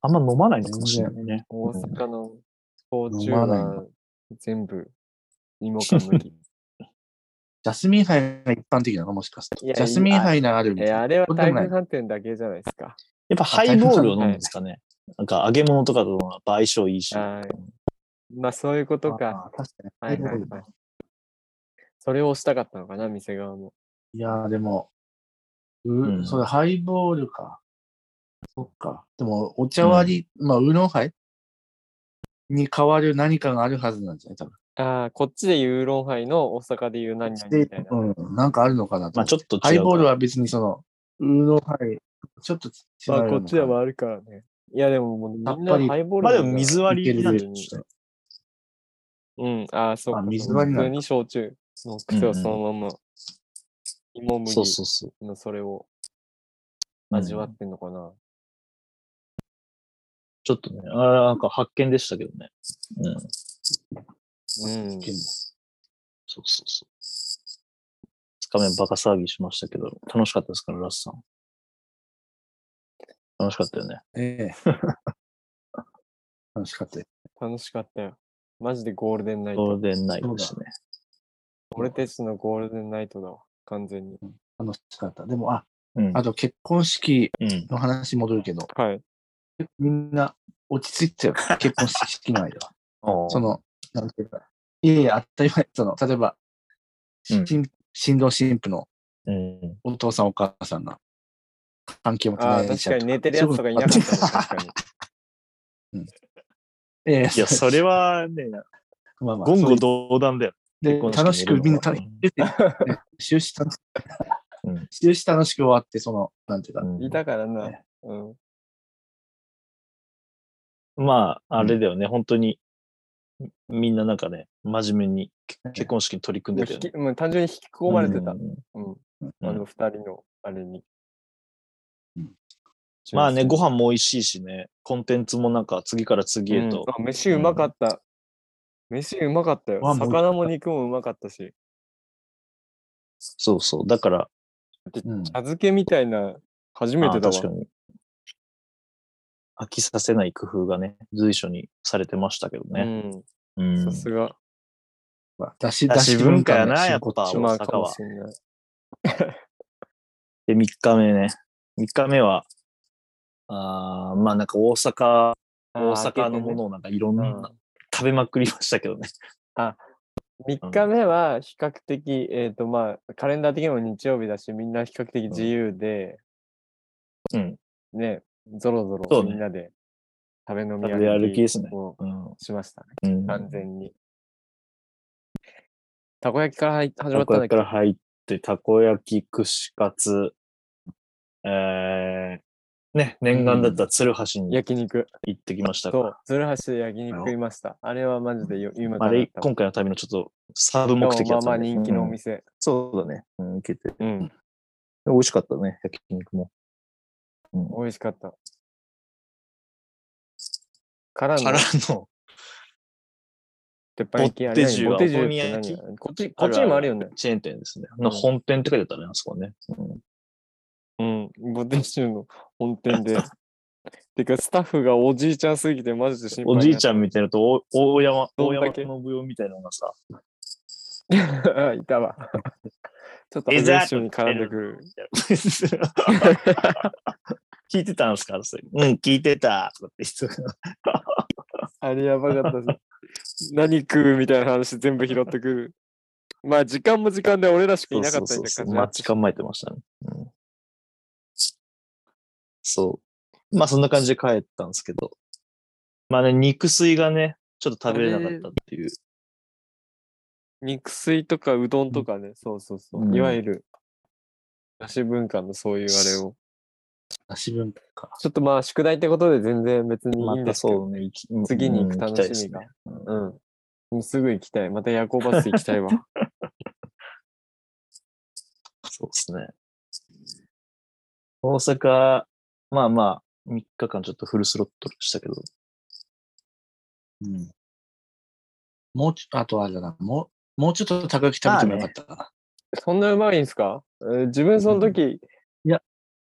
S2: あんま飲まないのかもしれないね。
S3: 大阪の焼酎
S1: 飲まないんだ
S3: は全部芋か麦。
S1: ジャスミンハイが一般的なのもしかすると。
S3: いや
S1: ジャスミンハイならあるみたい
S3: え、
S1: な。
S3: あれは
S1: そうで
S3: 台
S1: もない
S3: 風飯店だけじゃないですか。
S2: やっぱハイボールを飲むんですかね。なんか揚げ物とかとのやっぱ相性いいし。
S3: はいまあそういうことか。
S1: あー。確かに。
S3: はいはいはい。それをしたかったのかな、店側も。
S1: いやー、でも、う
S2: うん
S1: それハイボールか。そっか。でも、お茶割り、まあ、ウーロンハイに変わる何かがあるはずなんじゃない多分。
S3: ああ、こっちで言うウーロンハイの大阪で言う何々みたいな。
S1: うん、なんかあるのかなと思
S2: まあ
S1: って。
S2: ちょっと違うか。
S1: ハイボールは別にその、ウーロンハイ、ちょっと違う
S3: まあ
S1: のかな。
S3: こっちでもあるからね。いやでももうみん
S1: やっ
S3: な
S1: ぱり
S3: ハイボール
S2: まあ
S3: な
S2: で
S3: んだ
S2: も水割りなんで
S3: いける
S2: しょ
S3: うん、ああ、そうか
S1: あ
S3: そうか。
S1: 水割りなんだ
S3: 普通に焼酎の癖をそのまま、芋麦
S2: そうそうそう。
S3: のそれを
S2: うん
S3: 味わってんのかな。
S2: ちょっとね、あれなんか発見でしたけどね。うん。
S3: う
S2: そ
S3: ん。
S2: うそうそう。つかめバカ騒ぎしましたけど、楽しかったですから、ラスさん。楽しかったよね。
S1: ええ。 *laughs* 楽しかったよ。
S3: 楽しかったよ。マジでゴールデンナイ
S2: ゴー
S3: ト。
S2: ルデンナイトでしたね。
S3: 俺たちのゴールデンナイトだわ。完全に。
S1: 楽しかった。でも、あ、
S2: うん。
S1: あと結婚式
S2: うん。
S1: の話戻るけど、
S3: はい。
S1: みんな落ち着いてたよ。結婚式の間は。そ
S2: の、
S1: の、なんていうか、いやいや、当たり前、その、例えば、
S2: うん
S1: 新新郎新婦の
S2: うん。
S1: お父さんお母さんが関係を持って
S3: ああ、
S1: ない
S3: 確
S1: 者
S3: かに寝てるやつとかいなかったもん確かに。
S1: いやい
S2: いや、それ
S1: は、
S2: はね、
S1: まあまあ
S2: 言語道断だよ。
S1: で
S2: 結婚式
S1: 楽しくみんな
S2: 見れるのは
S1: 楽しく、ね終始楽し
S2: うん
S1: 終始楽しく終わって、その、なんていうか、
S2: うん
S3: いたからな
S1: ね。
S3: うん。
S2: まあ、あれだよね、本当に、みんななんかね、真面目に結婚式に取り組ん
S3: もう
S2: でた
S3: 引
S2: よね。
S3: きもう単純に引き込まれてた。
S2: う
S3: うんん。
S2: ん
S3: あの二人のあれに
S1: うん。
S2: まあね、ご飯も美味しいしね、コンテンツもなんか次から次へと
S3: うん。あ飯うまかった。飯うまかったよ
S1: わ。もう
S3: 魚も肉もうまかったし。
S2: そうそう。だから、
S1: うん
S3: 茶漬けみたいな、初めてだ
S2: あー確
S3: わ。
S2: かに。飽きさせない工夫がね、随所にされてましたけどね。う
S3: うんん。さすが。
S1: まあだし、
S2: だし文化やな
S1: だし
S2: やっぱ
S1: 進行中
S2: 大阪は
S3: まあ、かもしんない。
S2: で、3日目ね。3日目は、あーまあなんか大阪、大阪のものをなんかいろんな、
S3: うん
S2: 食べまくりましたけどね。
S3: 3日目は比較的、えっ、とまあ、カレンダー的にも日曜日だし、みんな比較的自由で、
S2: うん。
S3: ね、ぞろぞ
S2: そう
S3: ろ
S2: ね
S3: みんなで食べ飲み
S2: 食べ歩きですね
S3: を
S2: うん。
S3: しましたね、
S2: うん。
S3: 完全に。たこ焼きから入った始ま
S2: た
S3: った
S2: こ焼
S3: んだ
S2: きか
S3: け
S2: ら
S3: ど、
S2: 入って、たこ焼き、串カツ、えー、ね、念願だった鶴橋に
S3: 焼肉
S2: 行ってきましたから
S3: と、鶴橋で焼肉食いました。あれはマジでよ今
S2: まああれ、
S3: 今
S2: 今回の旅のちょっとサブ目的だっ
S3: まあま
S2: た
S3: あ
S2: んで
S3: 人気のお
S2: うん
S3: 店。
S2: そうだね。うん、いけて。
S3: うん、
S2: 美味しかったね、焼肉も。
S3: 美味しかった。から
S2: から
S3: の
S2: の、
S3: 鉄板焼きあれ
S2: ボッテジュ
S3: ボッテジュ
S2: お好み
S3: って
S2: 焼き
S3: 何こっち、こっちにもあるよね。
S2: チェーン店ですね。
S3: うん
S2: 本店って書いてあったね、あそこね。うん
S3: うん、ボディシューの本店で。 *laughs* てか、スタッフがおじいちゃんすぎて、マジで心配
S2: おじいちゃんみ
S3: い
S2: たいなのと、お大山、
S3: ど
S2: 大
S3: ん
S2: 山
S3: だけ
S2: 信代みたいなのがさ、
S3: な。 *laughs* いたわ。ちょっとアグレッシブに絡んでくる。
S2: *laughs* 聞いてたんですかそれうん、聞いてた。とかって人が
S3: *laughs* あれやばかったし。 *laughs* 何食うみたいな話全部拾ってくる。まあ、時間も時間で俺らしかいなかった
S2: そ
S3: み
S2: う
S3: た
S2: そ
S3: いう
S2: そう
S3: な感
S2: 待
S3: じ
S2: ち。構えてましたね。うんそう。まあそんな感じで帰ったんですけど。まあね、肉水がね、ちょっと食べれなかったっていう。
S3: 肉水とかうどんとかね、そうそうそう。
S2: うん
S3: いわゆる、菓子文化のそういうあれを。
S1: だし文化。
S3: ちょっとまあ、宿題ってことで全然別にいい
S2: ま
S3: ん
S2: た
S3: ですけど。
S2: そうね、行きうん
S3: 次に行く
S2: うん
S3: 楽
S2: きたいで
S3: し
S2: す
S3: みが
S2: ね。
S3: うん。もうすぐ行きたい。また夜行バス行きたい *laughs* わ。
S2: そうですね。大阪、まあまあ、3日間ちょっとフルスロットルでしたけど。
S1: うん。もうちょ、あとあれだな、もう、もうちょっとたこ焼き食べてもよかったな。
S3: そんなうまいんすかえー自分その時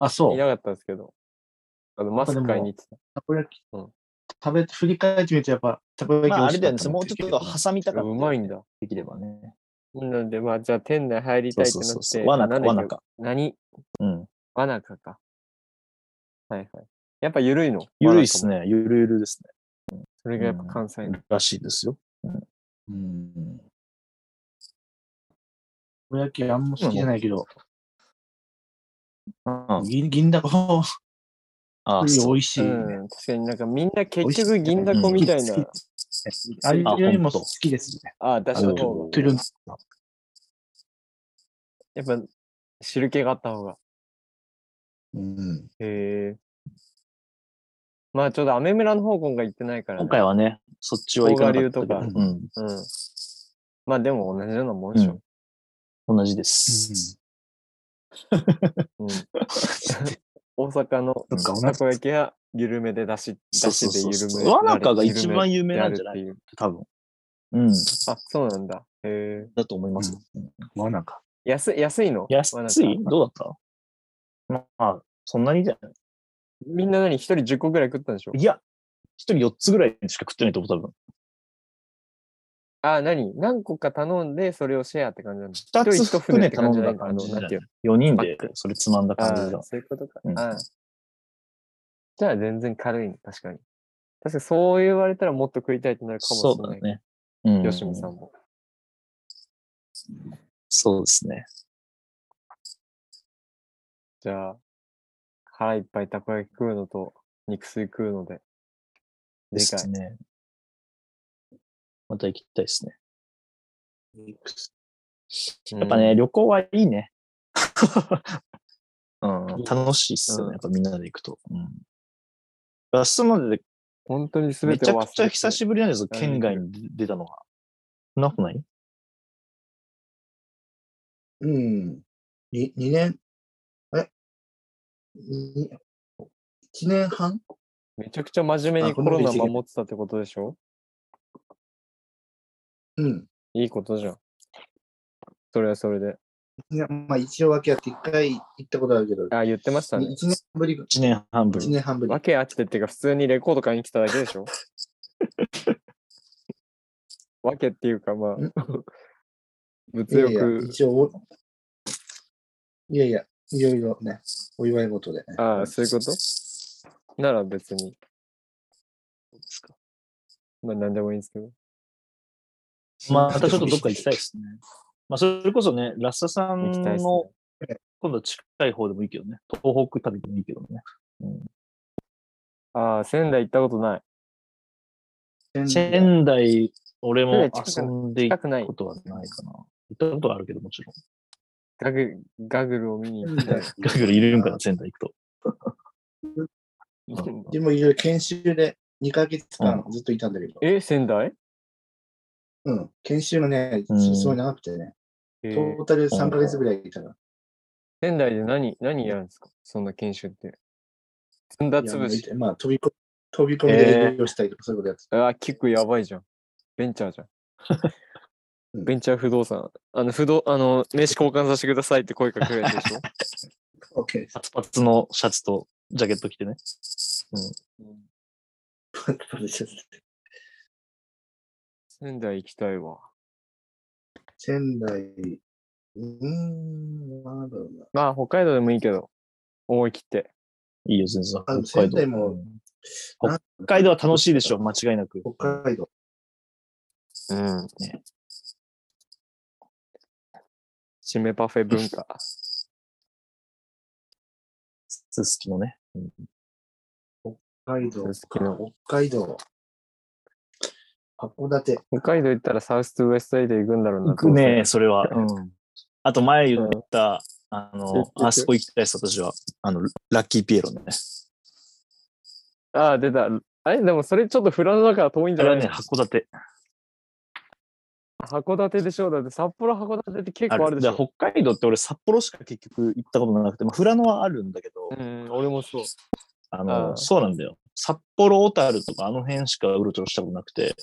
S1: あ、そ。
S3: いうなかったんですけど、あの、マスク買いに行ってた。
S1: たこ焼き、
S3: うん
S1: 食べ、振り返ってみるとやっぱ、たこ焼き
S2: まあ、あ
S1: 美味し
S2: れだ
S1: か
S2: よね
S1: た。な
S2: もう
S1: て
S2: ち
S1: い
S2: ょっと挟みたかった。
S3: うまいんだ。
S2: できればね。
S3: なんで、まあ、じゃあ、店内入り
S2: そ
S3: た
S2: う
S3: いって
S2: そう
S3: なっ
S2: そうそ
S3: て、
S2: う。わなか、
S3: なんだ
S2: わ
S3: っけ
S2: なか。
S3: 何
S2: うん。
S3: わなかか。はいはい。やっぱ緩いの
S2: ゆるいっす
S3: ね。
S2: ね。ゆるゆるです
S3: それがやっぱ関西の。
S2: ね。らしいですよ。
S1: うん。たこ焼きあんま好きじゃないけど、
S2: うん。
S1: 銀銀だこ、
S2: あ
S1: 美
S2: あ、そう。
S1: 味しい。
S3: うん、確かになんかみんな結
S1: 美味しい
S3: 局銀だこみたい
S1: うん
S3: な、
S1: あれよりも
S2: あほんと
S1: 好きですね。
S3: ああ、出
S1: あ
S3: し
S1: の、
S3: た
S1: ト
S3: 方が、
S1: ゥルン。
S3: やっぱ汁気があった方が。
S1: うん。
S3: へえ。まあちょっとアメ村の方今回行ってないから、ね。
S2: 今回はね、そっちはいかなかったけど
S3: 甲賀流
S1: とか
S2: うん。
S3: うん。まあでも同じようなもんでしょ。
S2: 同じです。
S3: うん
S2: *laughs*
S3: *laughs* 大阪の
S1: そっか同じ
S3: たこ焼きは緩めで出し、
S2: そ
S3: 出
S2: うそう
S3: しで
S2: そう
S3: 緩
S2: そう。
S3: め。
S2: わなかが一番有
S3: 有
S2: 名なんじゃない
S3: いう。
S2: 多分。うん。
S3: あ、そうなんだ。へえ。
S2: だと思いますよ。
S1: わなんか。
S3: 安い、安いの
S2: 安
S3: わなか
S2: いどうだったままあ、そんなにじゃない。
S3: みんな何一人10個ぐらい食ったんでしょ
S2: いや、一人4つぐらいしか食ってないと思う、多分。
S3: ああ、何何個か頼んで、それをシェアって感じなんだ。
S2: 二
S3: 一人
S2: つ
S3: 一
S2: 含め
S3: 船
S2: 頼ん
S3: な
S2: だ
S3: い
S2: 感じ
S3: あの
S2: だ
S3: なんていう
S2: よ。4人で
S3: パック
S2: それつまんだ
S3: のあ
S2: 感じだ
S3: あ、。そういうことか。
S2: うん
S3: ああじゃあ全然軽いね、確かに。確かにそう言われたらもっと食いたいってなるかも
S2: そ
S3: し
S2: うだ
S3: れない。
S2: ね。うん。
S3: 吉見さんも。
S2: そうですね。
S3: じゃあ、腹いっぱいたこ焼き食うのと、肉水食うので。
S2: で
S3: 次回
S2: すね。また行きたいですね。やっぱね、旅行はいい *laughs* ね。うん、楽しいっすよ
S3: うん
S2: ね。やっぱみんなで行くと。うん。ラストまでで
S3: 本当に全
S2: め
S3: て
S2: ちゃ
S3: を忘れ
S2: くちゃ久しぶりなんですよ。
S3: 忘れて
S2: 県外に出たのが。そんなことない
S1: うん。に二年、えに一年半
S3: めちゃくちゃ真面目に
S1: あこ
S3: コ
S1: んなこ
S3: ロ
S1: と言
S3: ナ
S1: っていい
S3: 守ってたってことでしょ
S1: うん。
S3: いいことじゃん。それはそれで。
S1: いや、まあ一応訳あって一回行ったことあるけど、
S3: あ、言ってましたね。
S1: 一年ぶり、
S2: ?1 年半ぶ
S1: 一
S2: り。
S1: 年半ぶり。
S3: わけあってっていうか、普通にレコード買いに来ただけでしょわけっていうか、まあ
S1: ん、い
S3: 物
S1: やいや、
S3: 欲、
S1: 一応、いやいや、いろいろね、お祝い事で、ね。
S3: ああ、そういうことなら別に、まあ何でもいいんですけど。
S2: またちょっとどっか行きたいですね。まあ、それこそね、ラッサさん
S3: 行きたいです
S2: の
S3: ね。
S2: 今度近い方でもいいけどね。東北旅でもいいけどね。
S3: ああ、仙台行ったことない。
S1: 仙台
S2: 仙台、俺も
S3: 仙台
S2: 遊
S3: 近く
S2: んで
S3: 近
S2: 行く
S3: くない
S2: こ。とはないかな。行ったことはあるけど、もちろん。
S3: ガグ、ガグルを見に行
S1: 仙
S3: きたい
S1: 台。
S2: ガグルいるんかな、仙台行くと。
S1: でもいろいろ研修で2ヶ月間ずっといたんだけど、
S3: え、仙台
S1: うん、研修がね、
S2: うん
S1: すごい長くてね、
S3: え
S1: ト
S3: ー
S1: ータル3ヶ月ぐらいいたら、
S3: 仙台で何、何やるんですかそんな研修って。ずんだ
S1: い
S3: つ
S1: やもう
S3: ぶし。
S1: まあ飛びこ飛び込みで営業したりとか、そういうことやってた。。
S3: ああ、キックやばいじゃん。ベンチャーじゃん
S1: うん
S3: ベンチャー不動産。あの、不動、あの、名刺交換させてくださいって声かけるやつでしょ
S1: OK です
S2: パツパツのシャツとジャケット着てね。
S3: 仙台行きたいわ。
S1: *laughs* 仙台、うーん、なんだろうな。
S3: まあ、北海道でもいいけど、思い切って。
S2: いいよ、全然
S1: あでも。
S2: 北海
S1: 仙
S2: 道。
S1: 台も、
S2: 北海道は楽しいでしょう、間違いなく。
S1: 北海道。
S3: うん。
S2: ね
S3: 締めパフェ文化。
S2: すすきのね。うん
S1: 北海道
S3: ですけど
S1: 北海道。函館。
S3: 北海道行ったらサウスとウエストエイド行くんだろうな。
S2: 行くね、それは。うん。あと前言った、あ
S3: 言っ
S2: の
S3: て、て
S2: あそこ行きたいです、私は。あの、ラッキーピエロね。
S3: どうせ。ああ、出た。あれでもそれちょっとフランスだから遠いん
S2: あ
S3: じゃ
S2: れ
S3: な
S2: はい
S3: の
S2: ね、函館。
S3: 函館でしょだって札幌函館って結
S2: あ
S3: 構あ
S2: れ
S3: るでし
S2: だ
S3: ょ
S2: から北海道って俺、札幌しか結局行ったことなくて、まあ、富良野はあるんだけど、
S3: うん、俺もそう。
S2: あ
S3: あ
S2: の、
S3: ー
S2: そうなんだよ。札幌、小樽とかあの辺しかうろちょろしたことなくて、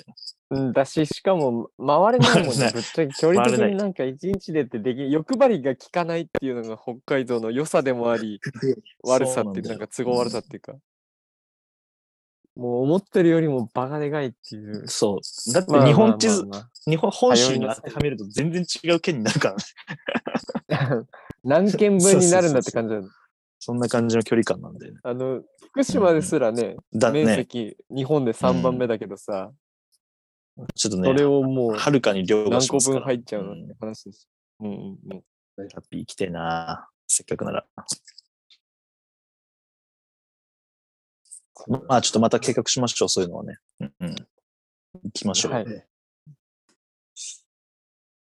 S3: うんだし、しかも回れないもん
S2: 回れな
S3: ね
S2: い。
S3: ぶっちゃけ距離
S2: 回れ
S3: 的
S2: ない
S3: になんか一日でってでき欲張りが効かないっていうのが北海道の良さでも
S2: *laughs*
S3: あり、悪さってい
S2: そうな
S3: う、なん
S2: だよ
S3: んか都合悪さっていうか。もう思ってるよりも場がでかいっていう。
S2: そう。だって
S3: まあ
S2: 日本地図、
S3: まあまあまあ
S2: 日本本州に当てはめると全然違う県になるからね。
S3: *laughs*
S2: *laughs*
S3: 何件分になるんだって感じだよね
S2: そんな感じの距離感なんだよね。
S3: あの、福島ですらね、
S2: だ
S3: 面
S2: ね。
S3: 積、日本で3番目だけどさ、
S2: ちょっと
S3: それ
S2: ね、
S3: をもう
S2: はるかに量が
S3: 何
S2: し
S3: 個
S2: ますか
S3: 分
S2: ら。
S3: 入っちゃうの
S2: う
S3: っ
S2: ん
S3: て話です。うんうんうん。
S2: ラッピー行きてえな。せっかくなら。まあちょっとまた計画しましょう、そういうのはね。うん、うん。行きましょう。
S3: はい
S1: え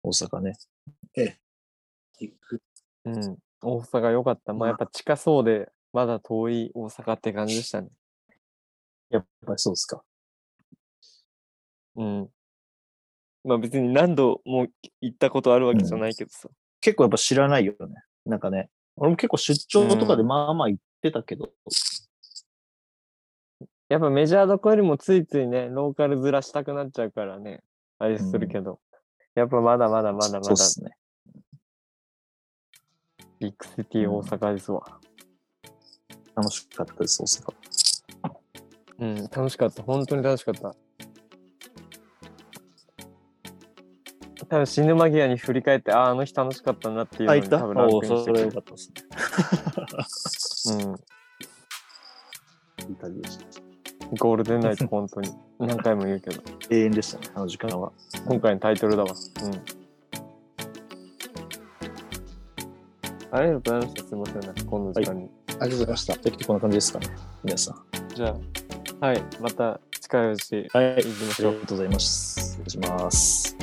S2: 大阪ね。
S1: え行く
S3: うん、大阪良かった。まあ、やっぱ近そうで、まだ遠い大阪って感じでしたね。
S2: やっぱりそうですか。
S3: うん。まあ別に何度も行ったことあるわけじゃないけどさ。
S2: 結構やっぱ知らないよね。なんかね。俺も結構出張とかで
S3: うん
S2: まあまあ行ってたけど。
S3: やっぱメジャーどこよりもついついね、ローカルずらしたくなっちゃうからね、あれするけど。やっぱまだまだまだま
S2: そう
S3: だ
S2: っすね。
S3: ビッグシティ大阪ですわ。
S2: 楽しかったです、大阪。
S3: うん、楽しかった。本当に楽しかった。多分死ぬ間際に振り返って、ああ、あの日楽しかったなっていうの
S2: あ、
S3: に
S2: 行った
S3: 多分ラン
S2: お
S3: クイン
S2: そ
S3: して
S2: れ
S3: く
S2: よ
S3: る
S2: かったですね。
S3: うん。
S2: いい旅でした。
S3: ゴールデンナイト、本 *laughs* 当に。何回も言うけど。
S2: 永遠でしたね、あの時間は。
S3: 今回のタイトルだわ。うん。ありがとうございました。すいません、なんかこんな時間に。
S1: ありがとうございました。
S2: じゃあこんな感じですかね、皆さん。
S3: じゃあ、はい、また近いうち
S2: はい
S3: 行きましょ
S2: あ
S3: う
S2: り。がとうございます。失礼します。